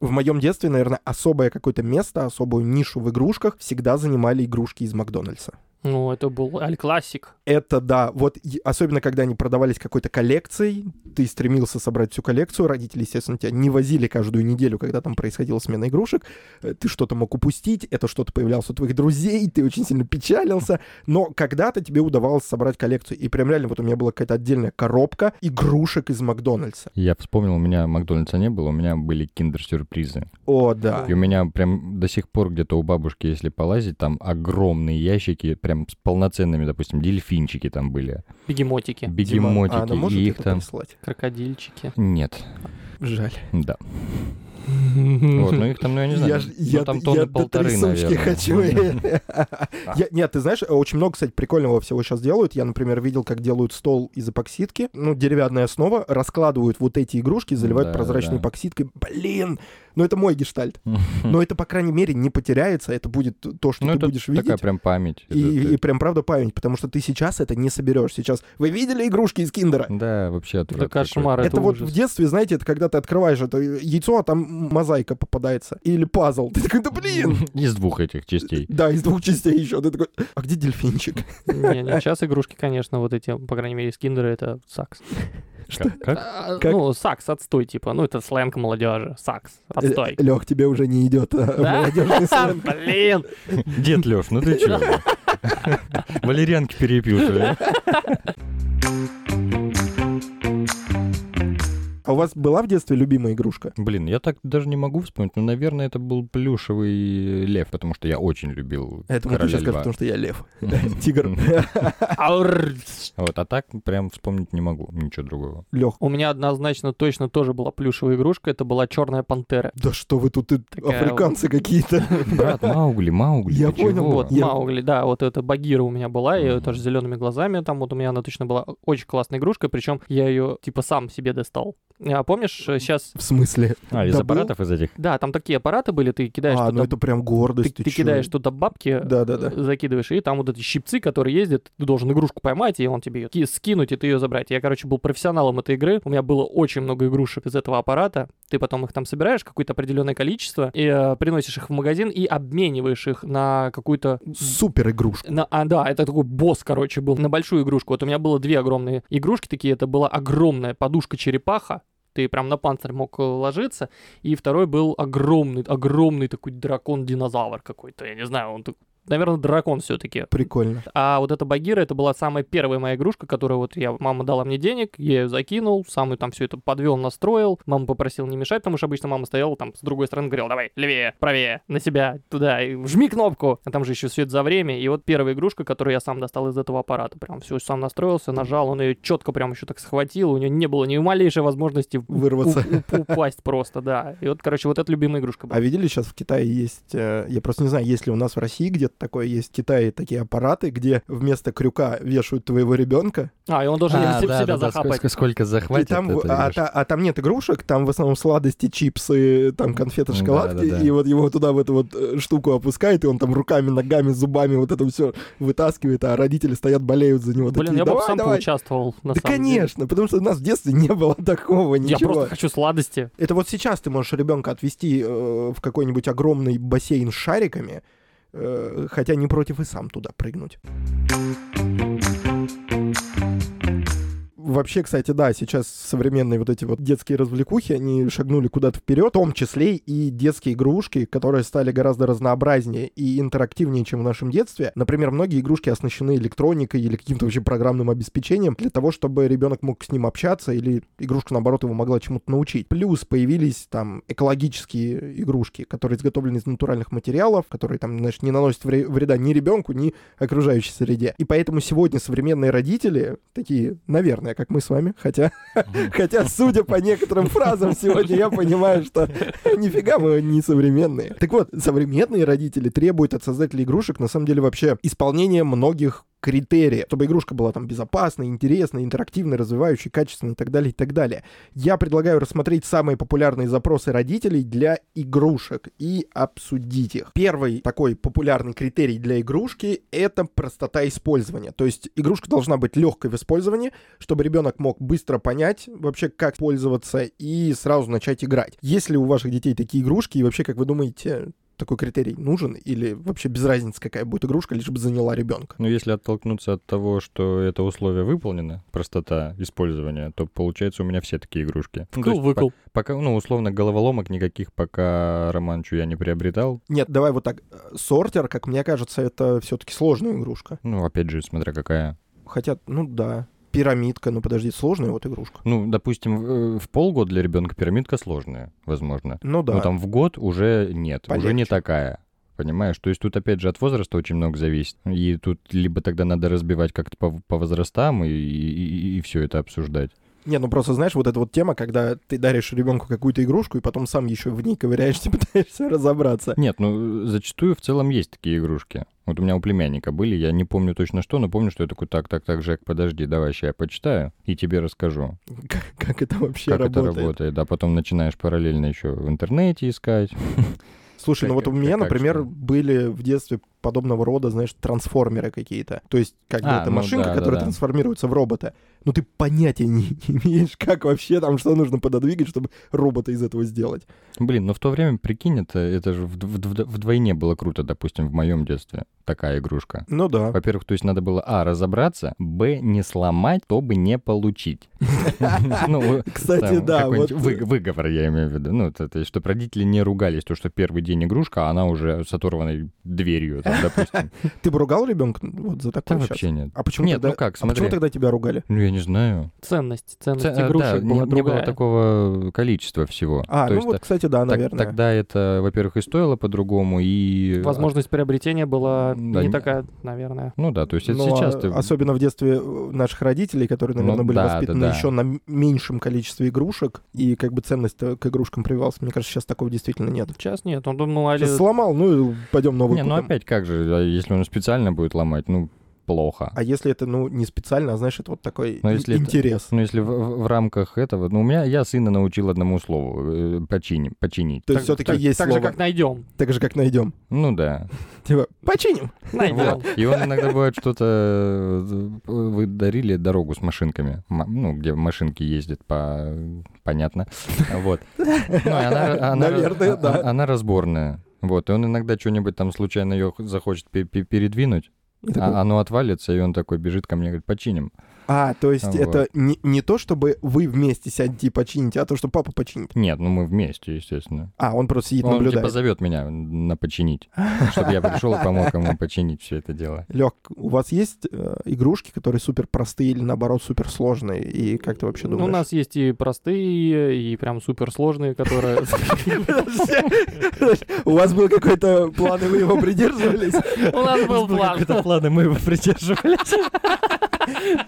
В моем детстве, наверное, особое какое-то место, особую нишу в игрушках всегда занимали игрушки из Макдональдса.
Ну, это был Аль Классик.
Это да, вот и- особенно когда они продавались какой-то коллекцией, ты стремился собрать всю коллекцию, родители, естественно, тебя не возили каждую неделю, когда там происходила смена игрушек, э, ты что-то мог упустить, это что-то появлялось у твоих друзей, ты очень сильно печалился, но когда-то тебе удавалось собрать коллекцию, и прям реально вот у меня была какая-то отдельная коробка игрушек из Макдональдса.
Я вспомнил, у меня Макдональдса не было, у меня были киндер-сюрпризы.
О, да.
И у меня прям до сих пор где-то у бабушки, если полазить, там огромные ящики, прям с полноценными, допустим, дельфинчики там были,
Бегемотики,
Дима,
бегемотики,
Анна может
и их
это
там...
прислать?
крокодильчики.
Нет,
Жаль.
да. Вот, ну их там, ну я не знаю,
ж-
ну, там тонны
до
полторы,
трясучки
наверное.
хочу. Я- Нет, ты знаешь, очень много, кстати, прикольного всего сейчас делают. Я, например, видел, как делают стол из эпоксидки. Ну, деревянная основа. Раскладывают вот эти игрушки, заливают
Да,
прозрачной
да.
эпоксидкой. Блин! Ну, это мой гештальт. Но это, по крайней мере, не потеряется. Это будет то, что
Ну,
ты
это
будешь
такая
видеть.
прям память.
И,
Это-
и прям правда память, потому что ты сейчас это не соберешь. Сейчас вы видели игрушки из Киндера?
Да, вообще отвратно.
Это
Ну,
кошмар,
Это,
это
вот
ужас.
в детстве, знаете, это когда ты открываешь это яйцо, а там мозаика попадается. Или пазл. Ты такой, да блин!
Из двух этих частей.
Да, из двух частей еще. Ты такой, а где дельфинчик?
Не, не, сейчас игрушки, конечно, вот эти, по крайней мере, скиндеры, это сакс.
Как? как?
А,
Как?
Ну, сакс, отстой, типа. Ну, это сленг молодежи. Сакс, отстой.
Лех, тебе уже не э, идет
Да?
Э, молодежный
А,
сленг.
Блин!
Дед Лёш, ну ты чё? Валерьянки перепил, что ли?
А у вас была в детстве любимая игрушка?
Блин, я так даже не могу вспомнить, но, наверное, это был плюшевый лев, потому что я очень любил
Э, Это вот
Короля
ты сейчас скажешь,
Льва.
потому что я лев. Тигр.
Аур.
Вот, а так прям вспомнить не могу, ничего другого.
Лех,
У меня однозначно точно тоже была плюшевая игрушка. Это была черная пантера.
да что вы тут, и
Такая
африканцы какие-то.
Брат, Маугли, Маугли,
Я
ты
понял,
чего?
вот. Я-
Маугли, да, вот эта Багира у меня была, и
Мгм.
тоже с зелеными глазами. Там вот у меня она точно была очень классная игрушка, причем я ее типа сам себе достал. А помнишь, сейчас.
В смысле?
А, из
Добыл?
аппаратов из этих?
Да, там такие аппараты были, ты кидаешь
А, ну
туда
это прям
ты,
гордость.
ты
чё?
кидаешь туда бабки,
Да-да-да.
э, закидываешь, и там вот эти щипцы, которые ездят, ты должен игрушку поймать, и он тебе ее скинуть, и ты ее забрать. Я, короче, был профессионалом этой игры, у меня было очень много игрушек из этого аппарата, ты потом их там собираешь, какое-то определенное количество, и э, приносишь их в магазин и обмениваешь их на какую-то...
Супер игрушка.
на- а, да, это такой босс, короче, был, на большую игрушку. Вот у меня было две огромные игрушки такие, это была огромная подушка-черепаха, ты прям на панцирь мог э, ложиться. И второй был огромный, огромный такой дракон-динозавр какой-то. Я не знаю, он, наверное, дракон все-таки.
Прикольно.
А вот эта Багира, это была самая первая моя игрушка, которую вот я, мама дала мне денег, я ее закинул, сам ее там все это подвел, настроил, мама попросила не мешать, потому что обычно мама стояла там с другой стороны, говорила, давай, левее, правее, на себя, туда, и жми кнопку, а там же еще свет за время, и вот первая игрушка, которую я сам достал из этого аппарата, прям все сам настроился, нажал, он ее четко прям еще так схватил, у нее не было ни малейшей возможности у-
Вырваться.
у- у- упасть просто, да, и вот, короче, вот это любимая игрушка была.
А видели сейчас в Китае есть, э, я просто не знаю, есть ли у нас в России где-то такое, есть в Китае такие аппараты, где вместо крюка вешают твоего ребенка,
А, и он должен
А,
се-
да,
себя
да, да,
захапать.
сколько- Сколько
и
захватит
там,
эта
в- а,
игрушка?
та- а там нет игрушек, там в основном сладости, чипсы, там конфеты,
Да,
шоколадки,
да, да.
и вот его туда в эту вот э, штуку опускают, и он там руками, ногами, зубами вот это все вытаскивает, а родители стоят, болеют за него.
Блин,
такие,
я бы
давай,
сам
давай».
поучаствовал, на
Да,
самом деле.
конечно, потому что у нас в детстве не было такого
Я
ничего.
просто хочу сладости.
Это вот сейчас ты можешь ребенка отвести э, в какой-нибудь огромный бассейн с шариками, э, хотя не против и сам туда прыгнуть. Вообще, кстати, да, сейчас современные вот эти вот детские развлекухи, они шагнули куда-то вперед, в том числе и детские игрушки, которые стали гораздо разнообразнее и интерактивнее, чем в нашем детстве. Например, многие игрушки оснащены электроникой или каким-то вообще программным обеспечением для того, чтобы ребенок мог с ним общаться или игрушка, наоборот, его могла чему-то научить. Плюс появились там экологические игрушки, которые изготовлены из натуральных материалов, которые там, значит, не наносят вре- вреда ни ребенку, ни окружающей среде. И поэтому сегодня современные родители, такие, наверное, как мы с вами, хотя, хотя судя по некоторым фразам сегодня, я понимаю, что нифига мы не современные. Так вот, современные родители требуют от создателей игрушек, на самом деле, вообще исполнения многих критериев, чтобы игрушка была там безопасной, интересной, интерактивной, развивающей, качественной и так далее, и так далее. Я предлагаю рассмотреть самые популярные запросы родителей для игрушек и обсудить их. Первый такой популярный критерий для игрушки — это простота использования. То есть игрушка должна быть легкой в использовании, чтобы ребенок мог быстро понять вообще, как пользоваться и сразу начать играть. Если у ваших детей такие игрушки, и вообще, как вы думаете, такой критерий нужен или вообще без разницы, какая будет игрушка, лишь бы заняла ребенка?
Ну, если оттолкнуться от того, что это условие выполнено, простота использования, то получается у меня все такие игрушки. Ну, то есть по-
выкл.
пока, ну, условно, головоломок никаких пока Романчу я не приобретал.
Нет, давай вот так. э, Сортер, как мне кажется, это все-таки сложная игрушка.
Ну, опять же, смотря какая.
Хотя, ну да, пирамидка, ну подожди, сложная вот игрушка.
Ну, допустим, в, в полгода для ребенка пирамидка сложная, возможно.
Ну да.
Но там в год уже нет, уже не
Полегче.
такая. Понимаешь? То есть тут, опять же, от возраста очень много зависит. И тут либо тогда надо разбивать как-то по, по возрастам и, все это обсуждать.
Не, ну просто знаешь, вот эта вот тема, когда ты даришь ребенку какую-то игрушку и потом сам еще в ней ковыряешься, пытаешься разобраться.
Нет, ну, зачастую в целом есть такие игрушки. Вот у меня у племянника были, я не помню точно что, но помню, что я такой, так, так, так, Жек, подожди, давай сейчас я почитаю и тебе расскажу.
Как, как это вообще
как
работает?
это работает, да, потом начинаешь параллельно еще в интернете искать.
Слушай, ну
Как-
вот у
как-
меня,
как
например,
что?
были в детстве подобного рода, знаешь, трансформеры какие-то. То есть, как бы
А,
это
ну
машинка,
да, да,
которая
да.
трансформируется в робота. Но ты понятия не имеешь, как вообще там, что нужно пододвигать, чтобы робота из этого сделать.
Блин, но в то время, прикинь, это, это же вд- вд- вдвойне было круто, допустим, в моем детстве такая игрушка.
Ну да.
Во-первых, то есть надо было, а, разобраться, б, не сломать, чтобы не получить. Ну,
Кстати,
там
да, вот
какой-нибудь вы- Выговор, я имею в виду. Ну, то- то есть, чтобы родители не ругались, то, что первый день игрушка, а она уже с оторванной дверью, там, допустим.
ты бы ругал ребенка вот за такое
Да
сейчас?
вообще нет.
А почему
Нет,
тогда...
ну как,
а почему
смотри.
тогда тебя ругали?
Ну, я не знаю.
Ценность, ценность
Ц- э, да,
игрушек
не-
была
не было
другая.
такого количества всего.
А,
То
ну
есть,
вот,
э,
кстати, да,
так-
наверное.
Тогда это, во-первых, и стоило по-другому, и...
Возможность приобретения была
э, Да,
не
не-
такая, наверное.
Ну да, то есть это
Ну, а
сейчас ты...
Особенно в детстве э, наших родителей, которые,
Ну,
наверное, были
да, да,
воспитаны
да.
еще на м- меньшем количестве игрушек, и как бы ценность к игрушкам прививалась. Мне кажется, сейчас такого действительно нет.
Сейчас нет, ну, а он думал,
Сейчас сломал, ну и пойдем новый
Не, ну
купим.
опять как же, а если он специально будет ломать, ну, плохо.
А если это, ну, не специально, а знаешь, это вот такой
Ну,
ин-
если это-
интерес.
Ну, если в, в- в рамках этого... Ну, у меня... Я сына научил одному слову. э, почини- починить.
То есть все-таки есть
так
слово.
же, как найдем.
Так же, как найдем.
Ну, да.
Типа, починим.
Найдем.
Вот. И он иногда бывает что-то... э, Вы дарили дорогу с машинками. М- Ну, где машинки ездят по... Понятно. Вот. Ну, и она- она-
Наверное,
а-
да.
Она разборная. Вот, и он иногда что-нибудь там случайно ее захочет пе- пе- передвинуть,
И такой,
а- оно отвалится, и он такой бежит ко мне и говорит, починим.
А, то есть
Вот.
это не, не то, чтобы вы вместе сядете и почините, а то, что папа починит.
Нет, ну мы вместе, естественно.
А, он просто сидит,
он
наблюдает.
типа зовет меня на починить, чтобы я пришел и помог ему починить все это дело.
Лег, у вас есть э, игрушки, которые супер простые или наоборот супер сложные? И как ты вообще
Ну, у
думаешь?
нас есть и простые, и прям суперсложные, которые...
У вас был какой-то план, и вы его придерживались?
У нас был план.
планы мы его придерживались.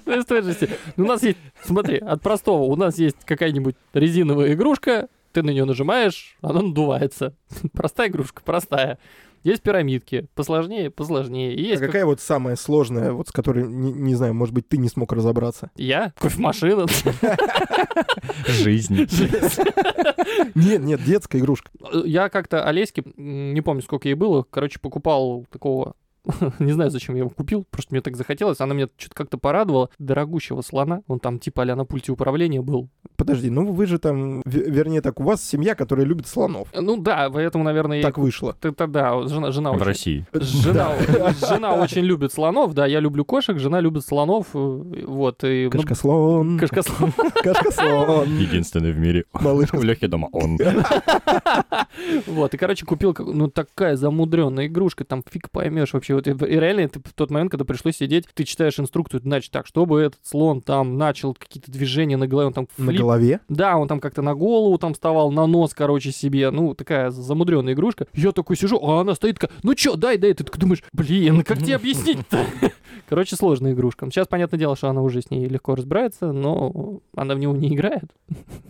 Ну, из той же серии. Ну, У нас есть, смотри, от простого. У нас есть какая-нибудь резиновая игрушка, ты на нее нажимаешь, она надувается. Простая игрушка, простая. Есть пирамидки, посложнее, посложнее. И
А
есть как-
какая вот самая сложная, вот с которой, не, не знаю, может быть, ты не смог разобраться?
я, кофемашина.
Жизнь.
Нет, нет, детская игрушка.
Я как-то Олеське, м, не помню, сколько ей было, короче, покупал такого не знаю, зачем я его купил, просто мне так захотелось. Она меня что-то как-то порадовала. Дорогущего слона. Он там типа а на пульте управления был.
Подожди, ну вы же там, ве- вернее так, у вас семья, которая любит слонов.
Ну да, поэтому, наверное,
Так вышло.
тогда жена, жена
В
очень-
России.
Жена, жена очень любит слонов, да, я люблю кошек, жена любит слонов, э, вот, и... ну,
Кашкаслон,
Кошкослон.
кашкаслон,
Единственный в мире.
малышка.
У Лехи дома он.
Вот, и, короче, купил, как- ну, такая замудренная игрушка, там фиг поймешь вообще. Вот, и, и реально, ты в тот момент, когда пришлось сидеть, ты читаешь инструкцию, значит, так, чтобы этот слон там начал какие-то движения на голове, он там
На
флип
голове?
Да, он там как-то на голову там вставал, на нос, короче, себе. Ну, такая замудренная игрушка. Я такой сижу, а она стоит такая, ну чё, дай, дай. Ты такой думаешь, блин, как тебе объяснить-то? Короче, сложная игрушка. Сейчас, понятное дело, что она уже с ней легко разбирается, но она в него не играет.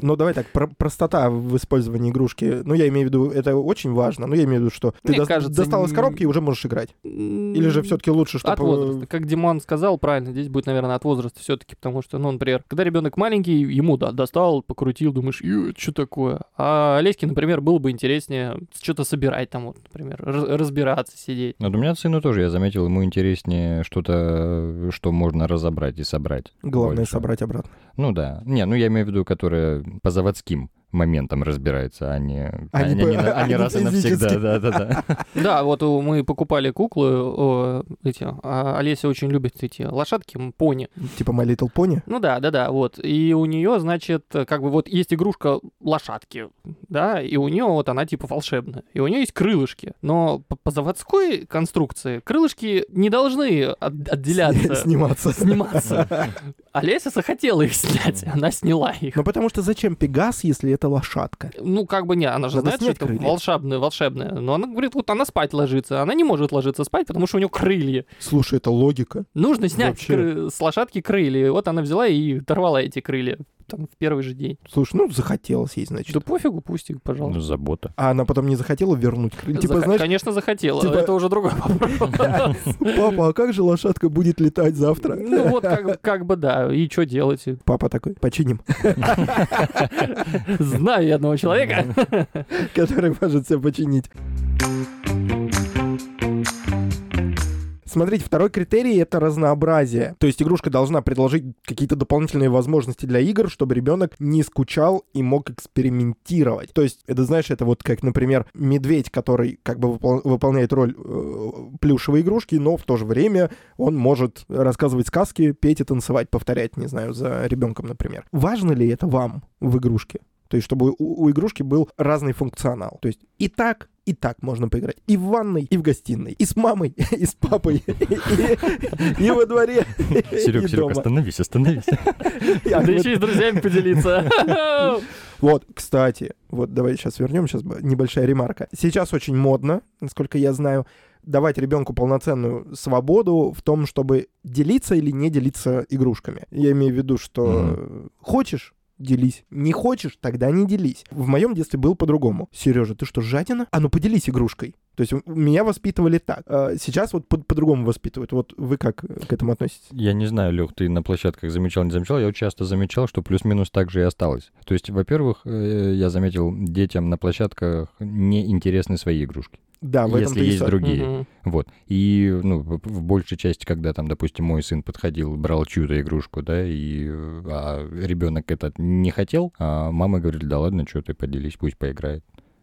Ну, давай так, про- простота в использовании игрушки. Ну, я имею в виду, это очень важно. Ну, я имею в виду, что ты
Мне
дос-
кажется,
достал из
н-
коробки и уже можешь играть. Или
Или
же все-таки лучше, чтобы...
От
э,
возраста. Как Диман сказал, правильно, здесь будет, наверное, от возраста все-таки, потому что, ну, например, когда ребенок маленький, ему, да, достал, покрутил, думаешь, что такое? А Леське, например, было бы интереснее что-то собирать там, вот, например, раз- разбираться, сидеть.
Вот у меня сыну тоже, я заметил, ему интереснее что-то, что можно разобрать и собрать.
Главное
больше.
собрать обратно.
Ну да. Не, ну я имею в виду, которая по заводским моментом разбирается, а не, а
Они
не-
бы-
не на- а не
они
раз и навсегда.
физически.
Да-да-да.
Да, вот у- мы покупали куклы, о, эти, а Олеся очень любит эти лошадки, м, пони.
Типа My Little Pony.
Ну да, да, да, вот. И у нее, значит, как бы вот есть игрушка лошадки, да, и у нее вот она типа волшебная. И у нее есть крылышки. Но по, по заводской конструкции крылышки не должны от- отделяться,
Сниматься.
сниматься. Олеся захотела их снять, она сняла их.
Ну потому что зачем Пегас, если это лошадка?
Ну, как бы не, она же
Надо
знает, что
снять
это
крылья.
волшебное, волшебное. Но она говорит, вот она спать ложится. Она не может ложиться спать, потому что у нее крылья.
Слушай, это логика.
Нужно снять
Вообще.
кры- с лошадки крылья. И вот она взяла и оторвала эти крылья там, в первый же день.
Слушай, ну захотелось ей, значит.
Да пофигу, пусть их, пожалуйста.
Ну, забота.
А она потом не захотела вернуть крылья. Типа,
Зах-
знаешь,
Конечно, захотела.
типа-
Это уже другой вопрос.
папа, а как же лошадка будет летать завтра?
Ну вот как, как бы да, и что делать?
Папа такой, починим,
Знаю я одного человека.
который может все починить. Смотрите, второй критерий — это разнообразие. То есть игрушка должна предложить какие-то дополнительные возможности для игр, чтобы ребенок не скучал и мог экспериментировать. То есть, это, знаешь, это вот как, например, медведь, который как бы выпол- выполняет роль э, плюшевой игрушки, но в то же время он может рассказывать сказки, петь и танцевать, повторять, не знаю, за ребенком, например. Важно ли это вам в игрушке? То есть, чтобы у, у игрушки был разный функционал. То есть и так, и так можно поиграть. И в ванной, и в гостиной, и с мамой, и с папой, и, и во дворе,
Серег,
и
Серег,
дома.
остановись, остановись.
И
Да
вот-
еще и с друзьями поделиться.
Вот, кстати, вот давай сейчас вернем, сейчас небольшая ремарка. Сейчас очень модно, насколько я знаю, давать ребенку полноценную свободу в том, чтобы делиться или не делиться игрушками. Я имею в виду, что э, хочешь, делись. Не хочешь, тогда не делись. В моем детстве было по-другому. Сережа, ты что, жадина? А ну поделись игрушкой. То есть у- меня воспитывали так. А Сейчас вот по- по-другому воспитывают. Вот вы как э, к этому относитесь?
Я не знаю, Лех, ты на площадках замечал, не замечал. Я вот часто замечал, что плюс-минус так же и осталось. То есть, во-первых, э, я заметил, детям на площадках не интересны свои игрушки,
Да, А в этом
если есть другие.
Мгм.
Вот. И, ну, в- в большей части, когда там, допустим, мой сын подходил, брал чью-то игрушку, да, и э, а ребенок этот не хотел, а мама говорит, да ладно, что ты поделись, пусть поиграет.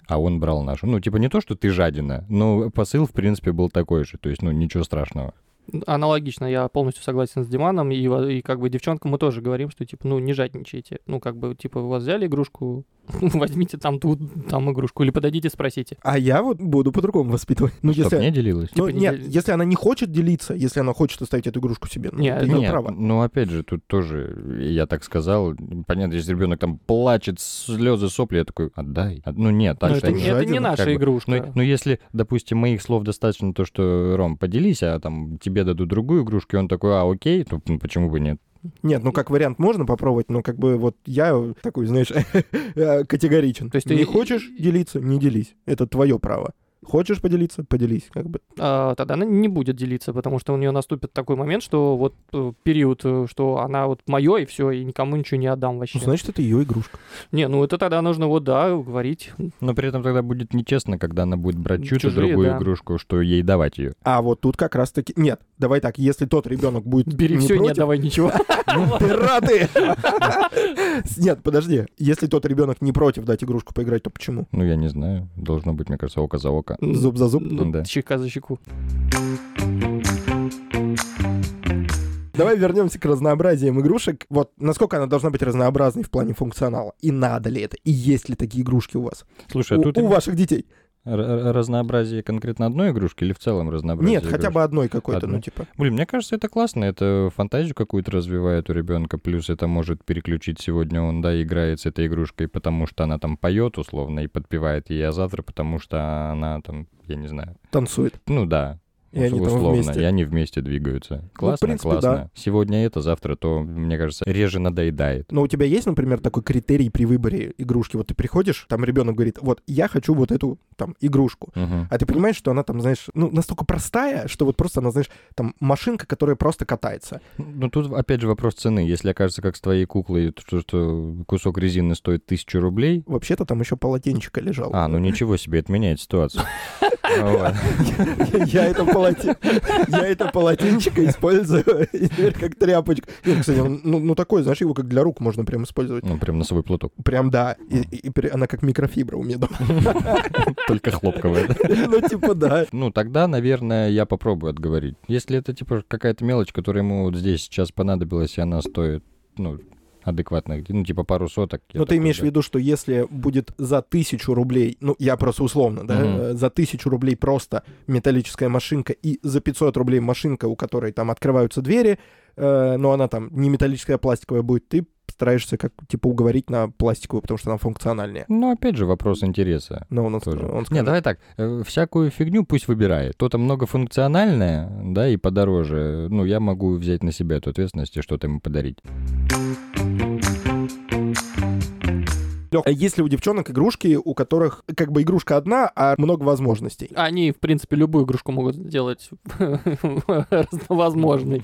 А он брал нашу. Ну, типа не то, что ты жадина, но посыл, в принципе, был такой же. То есть, ну, ничего страшного.
Аналогично, я полностью согласен с Диманом, и, во- и как бы девчонкам мы тоже говорим, что типа, ну, не жадничайте. Ну, как бы, типа, у вас взяли игрушку, возьмите там тут, там игрушку, или подойдите, спросите.
А я вот буду по-другому воспитывать. Ну,
Чтоб не делилась.
Ну,
Типа, не
нет,
дели-
если она не хочет делиться, если она хочет оставить эту игрушку себе, ну,
Не,
это
ну,
её
Нет,
право.
ну опять же, тут тоже, я так сказал, понятно, если ребенок там плачет, слезы, сопли, я такой, отдай. От- Ну нет, так
Но
же
это,
они-
не- это не
жадина,
наша
как бы.
игрушка.
Ну, ну, если, допустим, моих слов достаточно то, что, Ром, поделись, а там тебе дадут другую игрушку, и он такой, а, окей, то ну, почему бы нет?
Нет, ну как вариант можно попробовать, но как бы вот я такой, знаешь, э, категоричен.
То есть ты-
не хочешь делиться, не делись. Это твое право. Хочешь поделиться, поделись, как бы.
а, тогда она не будет делиться, потому что у нее наступит такой момент, что вот э, период, э, что она вот мое и все, и никому ничего не отдам вообще.
Ну, значит, это ее игрушка.
Не, ну это тогда нужно вот да говорить.
Но при этом тогда будет нечестно, когда она будет брать чью-то
Чужие,
другую
да.
игрушку, что ей давать ее.
А вот тут как раз таки. Нет, давай так, если тот ребенок будет.
Бери
не
все, не
против-
отдавай ничего.
Пираты! Нет, подожди. Если тот ребенок не против дать игрушку поиграть, то почему?
Ну, я не знаю, должно быть, мне кажется, око за око.
Зуб за зуб.
Ну,
Да.
Щека за щеку.
Давай вернемся к разнообразиям игрушек. Вот насколько она должна быть разнообразной в плане функционала? И надо ли это? И есть ли такие игрушки у вас?
Слушай, а
у,
тут
у
им-
ваших детей?
р- р- разнообразие конкретно одной игрушки или в целом разнообразие
Нет, хотя
игрушек?
бы одной какой-то,
Одной.
ну типа.
Блин, мне кажется, это классно. Это фантазию какую-то развивает у ребенка. Плюс это может переключить сегодня он, да, играет с этой игрушкой, потому что она там поет условно и подпевает ей, а завтра, потому что она там, я не знаю.
Танцует.
Ну да.
И они там
условно,
вместе. Ну,
и они вместе двигаются. Классно,
принципе,
классно.
да.
Сегодня это, завтра то, мне кажется, реже надоедает.
Но у тебя есть, например, такой критерий при выборе игрушки? Вот ты приходишь, там ребенок говорит, вот я хочу вот эту там игрушку.
Мгм.
А ты понимаешь, что она там, знаешь, ну, настолько простая, что вот просто она, знаешь, там машинка, которая просто катается.
Ну, тут, опять же, вопрос цены. Если окажется, как с твоей куклой, то, что кусок резины стоит тысячу рублей,
Вообще-то там еще полотенчика лежало.
а, ну ничего себе, это меняет ситуацию. Вот.
Я это, полоте- я это полотенчико использую и теперь как тряпочка. Нет, кстати, он, ну, ну такой, знаешь, его как для рук можно прям использовать.
Ну, прям носовой платок.
Прям да. И, и- и при- она как микрофибра у меня дома.
Только хлопковая.
Ну типа да.
Ну, тогда, наверное, я попробую отговорить. Если это, типа, какая-то мелочь, которая ему вот здесь сейчас понадобилась, и она стоит, ну, адекватно, ну, типа, пару соток. я
Ну ты
такой,
имеешь в
да.
виду, что если будет за тысячу рублей, ну я просто условно, да,
Мгм.
э, за тысячу рублей просто металлическая машинка и за 500 рублей машинка, у которой там открываются двери, э, но она там не металлическая, а пластиковая будет, ты стараешься как типа уговорить на пластиковую, потому что она функциональнее.
Ну, опять же, вопрос интереса.
Но он,
Тоже.
он
Не,
скажет,
давай так, э, всякую фигню пусть выбирает. То-то многофункциональное, да, и подороже. Ну, я могу взять на себя эту ответственность и что-то ему подарить.
«Лёх, а есть ли у девчонок игрушки, у которых как бы игрушка одна, а много возможностей?
Они, в принципе, любую игрушку могут сделать разновозможной.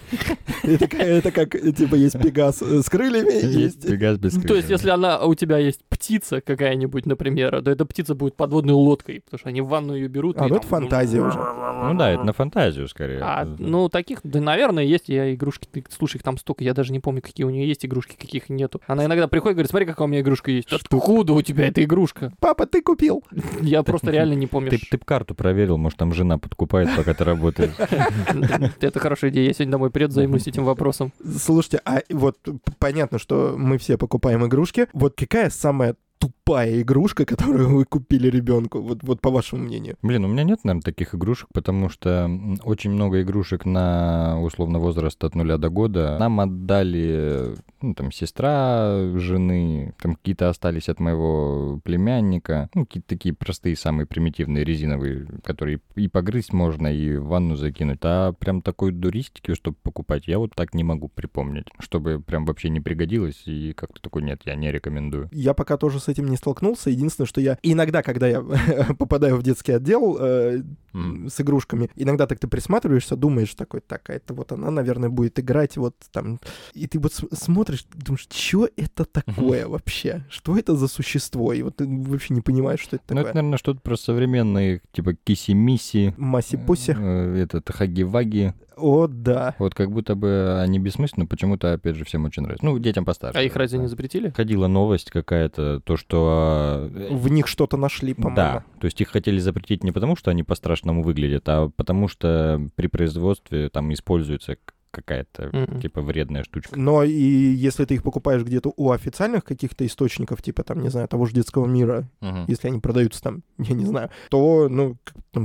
Это, как- это как, э, типа, есть Пегас э, с крыльями, есть...
Пегас без
Ну, То есть,
крыльев.
если она у тебя есть птица какая-нибудь, например, то эта птица будет подводной лодкой, потому что они в ванну ее берут.
А,
и
ну
там-
это фантазия уже.
Ну да, это на фантазию скорее. Э,
А, ну, таких, да, наверное, есть. Я игрушки, ты, слушай, их там столько, я даже не помню, какие у нее есть игрушки, каких нету. Она иногда приходит и говорит, смотри, какая у меня игрушка есть. Откуда у тебя эта игрушка?
Папа, ты купил!
Я просто реально не помню.
Ты, ты б карту проверил, может, там жена подкупает, пока ты работаешь.
Это хорошая идея, я сегодня домой приеду, займусь этим вопросом.
Слушайте, а вот п- понятно, что мы все покупаем игрушки. Вот какая самая тупая игрушка, которую вы купили ребенку, вот, вот по вашему мнению?
Блин, у меня нет, наверное, таких игрушек, потому что м, очень много игрушек на, условно, возраст от нуля до года нам отдали, ну, там, сестра жены, там, какие-то остались от моего племянника, ну, какие-то такие простые, самые примитивные, резиновые, которые и погрызть можно, и в ванну закинуть. А прям такой дуристики, чтобы покупать, я вот так не могу припомнить, чтобы прям вообще не пригодилось, и как-то такой, нет, я не рекомендую.
Я пока тоже с этим не столкнулся. Единственное, что я иногда, когда я попадаю в детский отдел э,
М. Ну,
с игрушками, иногда так ты присматриваешься, думаешь такой, так, а это вот она, наверное, будет играть вот там. И ты вот см- смотришь, думаешь, что это такое вообще? Что это за существо? И вот ты вообще не понимаешь, что это
Ну, это,
такое.
наверное, что-то про современные, типа, киси-миси,
Маси-пуси.
Э, Этот хаги-ваги.
О, да.
Вот как будто бы они бессмысленны, почему-то, опять же, всем очень нравится. Ну, детям постарше.
А их разве не
Да.
запретили?
Ходила новость какая-то, то, что...
Ну,
э,
В них что-то нашли, по-моему.
Да, то есть их хотели запретить не потому, что они по-страшному выглядят, а потому что при производстве там используется к- какая-то,
Мгм.
типа, вредная штучка.
Но и если ты их покупаешь где-то у официальных каких-то источников, типа там, не знаю, того же детского мира, если они продаются там, я не знаю, то, ну,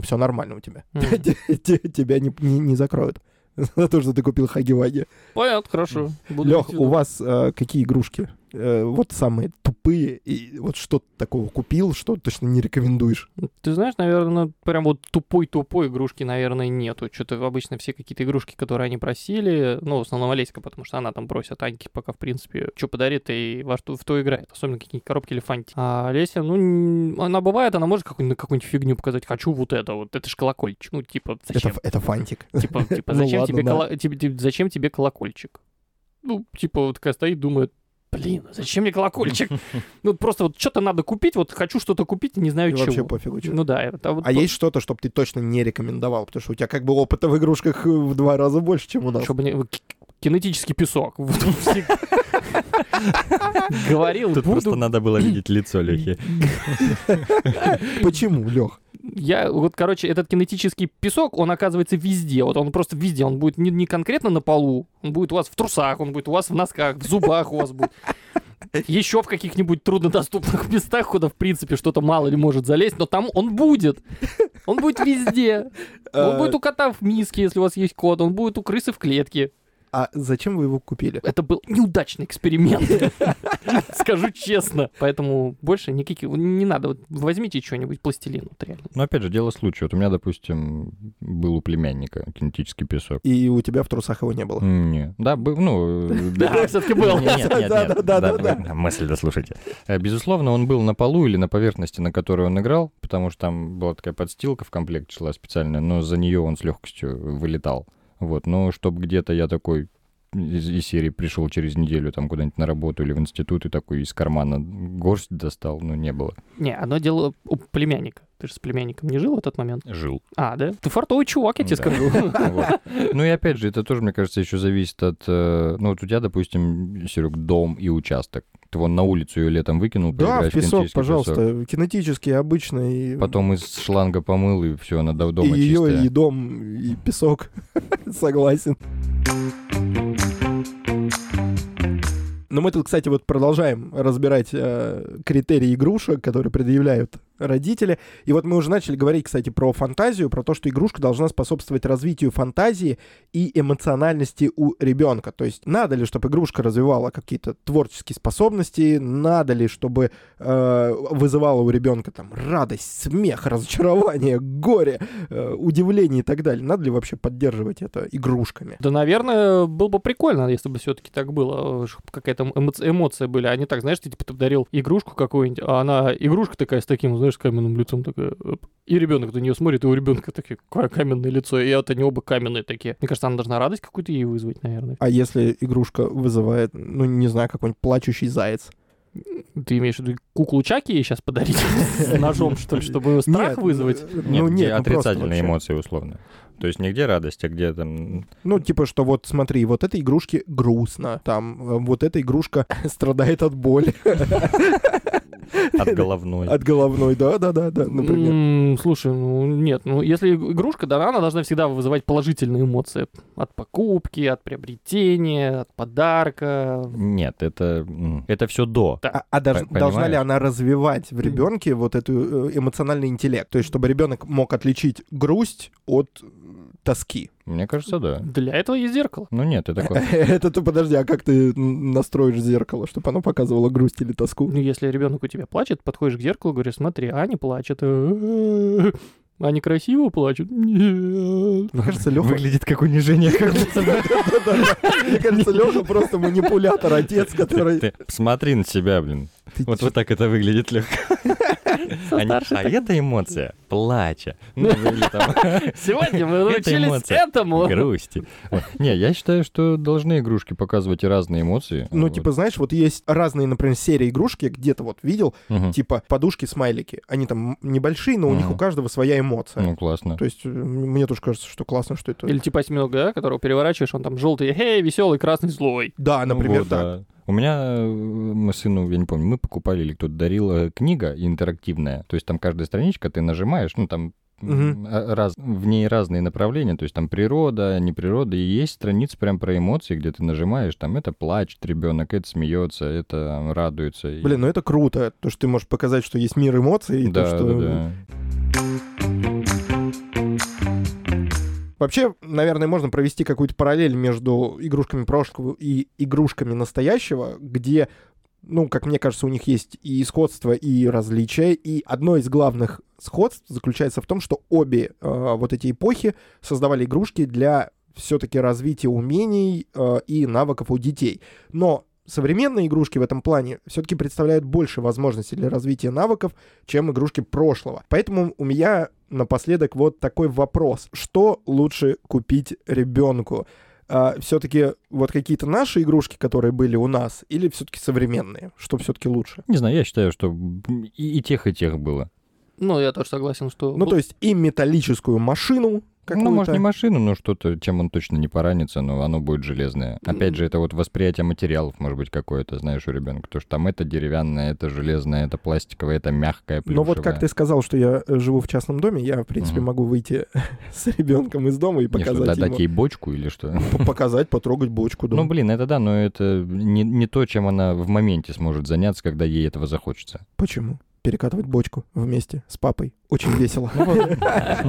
все нормально у тебя.
Мгм.
Те- те- Тебя не- не не закроют. За то, что ты купил хаги-ваги.
Понятно, хорошо. Буду
Лех,
идти
у
туда.
вас э, какие игрушки? Э, Вот самые тупые, и вот что ты такого купил, что точно не рекомендуешь?
Ты знаешь, наверное, прям вот тупой-тупой игрушки, наверное, нету. Что-то обычно все какие-то игрушки, которые они просили, ну, в основном Олеська, потому что она там просит Аньки пока, в принципе, что подарит и во что в то играет. Особенно какие-нибудь коробки или фанти. А Олеся, ну, н- она бывает, она может какую-нибудь, какую-нибудь фигню показать. Хочу вот это вот, это ж колокольчик. Ну, типа,
Это
зачем?
ф- это фантик.
Типа, типа,
Ну
зачем
ладно,
тебе
да.
коло- тебе- тебе- зачем тебе колокольчик? Ну, типа, вот такая стоит, думает, блин, а зачем мне колокольчик? Ну, вот просто вот что-то надо купить, вот хочу что-то купить и не знаю
И вообще
чего.
пофигу. чё.
Ну да, это вот
А есть что-то, чтобы ты точно не рекомендовал? Потому что у тебя как бы опыта в игрушках э, в два раза больше, чем у нас.
чтобы не- к- кинетический песок. Вот он все- Говорил,
Тут просто
буду.
надо было видеть лицо Лехи.
Почему, Лех?
Я вот, короче, этот кинетический песок, он оказывается везде. Вот он просто везде. Он будет не, не конкретно на полу, он будет у вас в трусах, он будет у вас в носках, в зубах у вас будет. Еще в каких-нибудь труднодоступных местах, куда, в принципе, что-то мало ли может залезть, но там он будет. Он будет везде.
Э,
Он
А
будет у кота в миске, если у вас есть кот. Он будет у крысы в клетке.
А зачем вы его купили?
Это был неудачный эксперимент. Скажу честно. Поэтому больше никаких... Не надо. Вот Возьмите что-нибудь пластилин. Вот реально.
Но опять же, дело случая. Вот у меня, допустим, был у племянника кинетический песок.
И у тебя в трусах его не было.
Не. Да, был, ну... э,
Да, все-таки был.
Нет, нет, нет,
Да,
нет.
да,
Да,
да, да,
вы- Мысль дослушайте. Э, Безусловно, он был на полу или на поверхности, на которой он играл, потому что там была такая подстилка в комплекте шла специальная, но за нее он с легкостью вылетал. Вот, но чтобы где-то я такой из, из серии пришел через неделю там куда-нибудь на работу или в институт и такой из кармана горсть достал, ну, не было.
Не, одно дело у племянника. Ты же с племянником не жил в этот момент?
Жил.
А, да? Ты фартовый чувак, я тебе
Да.
скажу.
Вот. Ну и опять же, это тоже, мне кажется, еще зависит от... э, Ну, вот у тебя, допустим, Серег, дом и участок. Ты вон на улицу ее летом выкинул,
Да,
поиграешь в
в песок,
кинетический песок.
пожалуйста. Кинетический, обычный. и-
Потом из шланга помыл, и все, она до- дома
Э, и
чистая.
ее, и дом, и песок. Согласен. Но Ну, мы тут, кстати, вот продолжаем разбирать э, критерии игрушек, которые предъявляют родители. И вот мы уже начали говорить, кстати, про фантазию, про то, что игрушка должна способствовать развитию фантазии и эмоциональности у ребенка. То есть надо ли, чтобы игрушка развивала какие-то творческие способности, надо ли, чтобы э, вызывало у ребенка там радость, смех, разочарование, горе, э, удивление и так далее. Надо ли вообще поддерживать это игрушками?
Да, наверное, было бы прикольно, если бы все-таки так было, э, чтоб какая-то эмо- эмоция были. А не так, знаешь, ты типа ты подарил игрушку какую-нибудь, а она игрушка такая с таким, знаешь, с каменным лицом такая. оп. И ребенок на нее смотрит, и у ребенка такие, какое каменное лицо, и это они оба каменные такие. Мне кажется, она должна радость какую-то ей вызвать, наверное.
А если игрушка вызывает, ну, не знаю, какой-нибудь плачущий заяц?
Ты имеешь в виду куклу Чаки ей сейчас подарить с ножом, что ли, чтобы страх
Нет,
вызвать?
э,
Нет,
ну,
где
нет, ну, просто
отрицательные
вообще.
эмоции, условно. То есть нигде радость, а где там...
Ну, типа, что вот смотри, вот этой игрушке грустно, там, э, вот эта игрушка страдает от боли,
От головной.
от головной, да-да-да-да, например.
М, Слушай, ну нет, ну если иг- игрушка, да, она должна всегда вызывать положительные эмоции. От покупки, от приобретения, от подарка.
Нет, это... м, Это все до.
Да.
А, а дож-
П-
должна ли
понимаешь?
она развивать в ребенке вот эту э, эмоциональный интеллект? То есть, чтобы ребенок мог отличить грусть от э, тоски.
Мне кажется, да.
Для этого есть зеркало.
Ну нет, это такое...
Это ты подожди, а как ты м, настроишь зеркало, чтобы оно показывало грусть или тоску?
Ну, если ребенок у тебя плачет, подходишь к зеркалу, говоришь, смотри, Аня плачет. Они красиво плачут. Нет.
Мне кажется, Леха...
как унижение. как будто бы
Мне кажется, Леха просто манипулятор, отец, который...
ты- Смотри на себя, блин.
Ты
Вот
чё?
вот так это выглядит легко.
Со
А не-
старшей
а
так-
это эмоция плача. Ну, или там
Сегодня мы
Это
научились
эмоция.
этому.
грусти. Вот. Не, я считаю, что должны игрушки показывать и разные эмоции.
Ну,
Вот.
типа, знаешь, вот есть разные, например, серии игрушки, я где-то вот видел,
Мгм.
типа подушки-смайлики. Они там небольшие, но у них
Мгм.
у каждого своя эмоция.
Ну, классно.
То есть э, мне тоже кажется, что классно, что это...
Или типа осьминога, да, которого переворачиваешь, он там желтый, эй, веселый, красный, злой.
Да,
Ну
например,
вот,
так.
да. У меня, э, мы сыну, я не помню, мы покупали или кто-то дарил э, книга интерактивная. То есть там каждая страничка, ты нажимаешь, ну там м, а- раз, в ней разные направления, то есть там природа, не природа, и есть страницы прям про эмоции, где ты нажимаешь, там это плачет ребенок, это смеется, это м, радуется. И-
Блин, ну это круто, то, что ты можешь показать, что есть мир эмоций, и
да,
то, что...
да, да.
Вообще, наверное, можно провести какую-то параллель между игрушками прошлого и игрушками настоящего, где, ну, как мне кажется, у них есть и сходство, и различия. И одно из главных сходств заключается в том, что обе э, вот эти эпохи создавали игрушки для все-таки развития умений э, и навыков у детей. Но современные игрушки в этом плане все-таки представляют больше возможностей для развития навыков, чем игрушки прошлого. Поэтому у меня напоследок вот такой вопрос. Что лучше купить ребенку? все-таки вот какие-то наши игрушки, которые были у нас, или все-таки современные? Что все-таки лучше?
Не знаю, я считаю, что м, и, и тех, и тех было.
Ну, я тоже согласен, что...
Ну, то есть и металлическую машину
Ну,
какую-то.
может, не машину, но что-то, чем он точно не поранится, но оно будет железное. Опять же, это вот восприятие материалов, может быть, какое-то, знаешь, у ребенка. Потому что там это деревянное, это железное, это пластиковое, это мягкое,
Но Ну, вот
плюшевое.
как ты сказал, что я э, живу в частном доме, я, в принципе,
Мгм.
могу выйти с ребенком из дома и
Не, что, да-
показать
дать
ему.
ей бочку или что?
П- Показать, потрогать бочку. да.
Ну, блин, это да, но это не, не то, чем она в моменте сможет заняться, когда ей этого захочется.
Почему? Перекатывать бочку вместе с папой. Очень весело.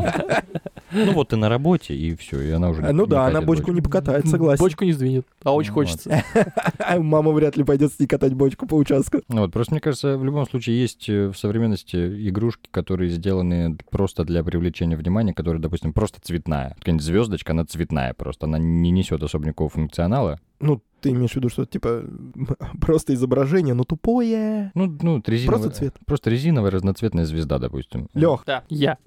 Ну, вот ты на работе, и все, и она уже...
А, Ну да, она бочку не покатает, согласен.
Бочку не сдвинет, а очень
Ну,
хочется.
А мама вряд ли пойдет с ней катать бочку по участку.
Ну вот, просто мне кажется, в любом случае есть э, в современности игрушки, которые сделаны просто для привлечения внимания, которые, допустим, просто цветная. Какая-нибудь звездочка, она цветная просто, она не несет особо никакого функционала.
Ну, ты имеешь в виду, что типа просто изображение, но тупое.
Ну, ну, резиновая.
Просто цвет.
Просто резиновая разноцветная звезда, допустим.
Лех,
Да, я.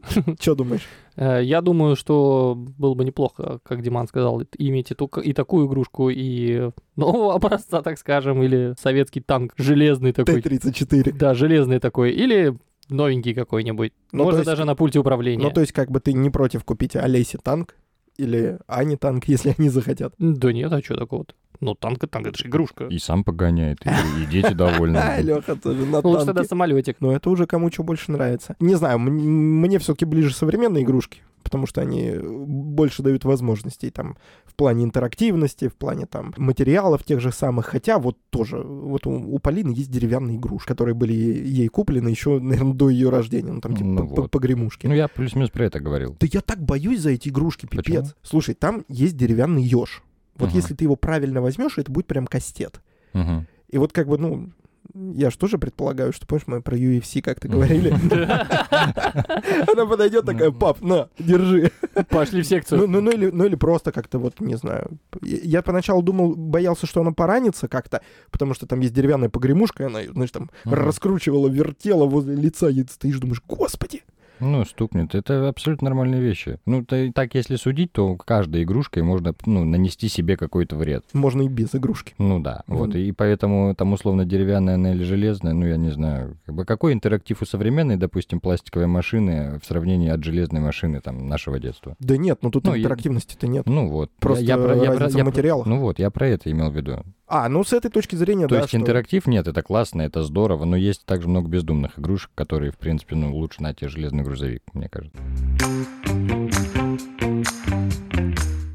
что думаешь?
Э, Я думаю, что было бы неплохо, как Диман сказал, иметь и, ту- и такую игрушку, и нового образца, так скажем, или советский танк железный такой.
Т-34.
Да, железный такой. Или новенький какой-нибудь.
Ну,
Можно
то есть-
даже на пульте управления.
Ну, то есть, как бы ты не против купить Олесе танк или Ане танк, если они захотят.
Да нет, а что такого-то? Ну, танк и танк, это же игрушка.
И сам погоняет, и, и дети довольны.
А, Леха тоже на
Ну, лучше тогда
танке.
самолетик.
Но это уже кому что больше нравится. Не знаю, м- мне все-таки ближе современные игрушки, потому что они э, больше дают возможностей там в плане интерактивности, в плане там материалов тех же самых. Хотя вот тоже, вот у, у Полины есть деревянные игрушки, которые были е- ей куплены еще, наверное, до ее рождения. Ну там типа
Ну
по- по-
вот.
погремушки.
Ну, я плюс-минус про это говорил.
Да я так боюсь за эти игрушки, пипец.
Почему?
Слушай, там есть деревянный еж. Вот
Ага.
если ты его правильно возьмешь, это будет прям кастет.
Мгм.
И вот как бы, ну, я же тоже предполагаю, что, помнишь, мы про UFC как-то говорили. Она подойдет такая, пап, на, держи.
Пошли в
Ну,
секцию.
ну, ну или, ну или просто как-то вот, не знаю. Я я поначалу думал, боялся, что она поранится как-то, потому что там есть деревянная погремушка, и она, её, знаешь, там
Мгм.
раскручивала, вертела возле лица, и ты стоишь, думаешь, господи.
Ну, стукнет. Это абсолютно нормальные вещи. Ну, та- так, если судить, то каждой игрушкой можно ну, нанести себе какой-то вред.
Можно и без игрушки.
Ну да, вот.
Мгм.
И поэтому там условно деревянная она или железная, ну я не знаю. Как бы какой интерактив у современной, допустим, пластиковой машины в сравнении от железной машины там нашего детства?
Да нет, ну тут
Ну, я-
интерактивности-то нет.
Ну вот. Я-
Просто
я про- я про-
разница
я
в
про-
материалах.
Ну вот, я про это имел в виду.
А, ну с этой точки зрения,
То
да.
есть
что-
интерактив нет, это классно, это здорово, но есть также много бездумных игрушек, которые, в принципе, ну, лучше на те железный грузовик, мне кажется.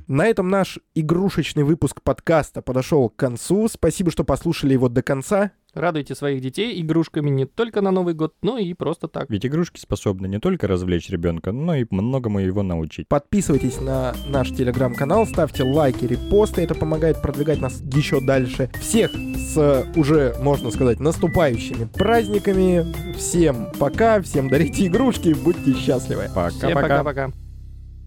На этом наш игрушечный выпуск подкаста подошел к концу. Спасибо, что послушали его до конца.
Радуйте своих детей игрушками не только на Новый год, но и просто так.
Ведь игрушки способны не только развлечь ребенка, но и многому его научить.
Подписывайтесь на наш телеграм-канал, ставьте лайки, репосты. Это помогает продвигать нас еще дальше. Всех с э, уже, можно сказать, наступающими праздниками. Всем пока, всем дарите игрушки, будьте счастливы.
Пока-пока.
Всем пока-пока.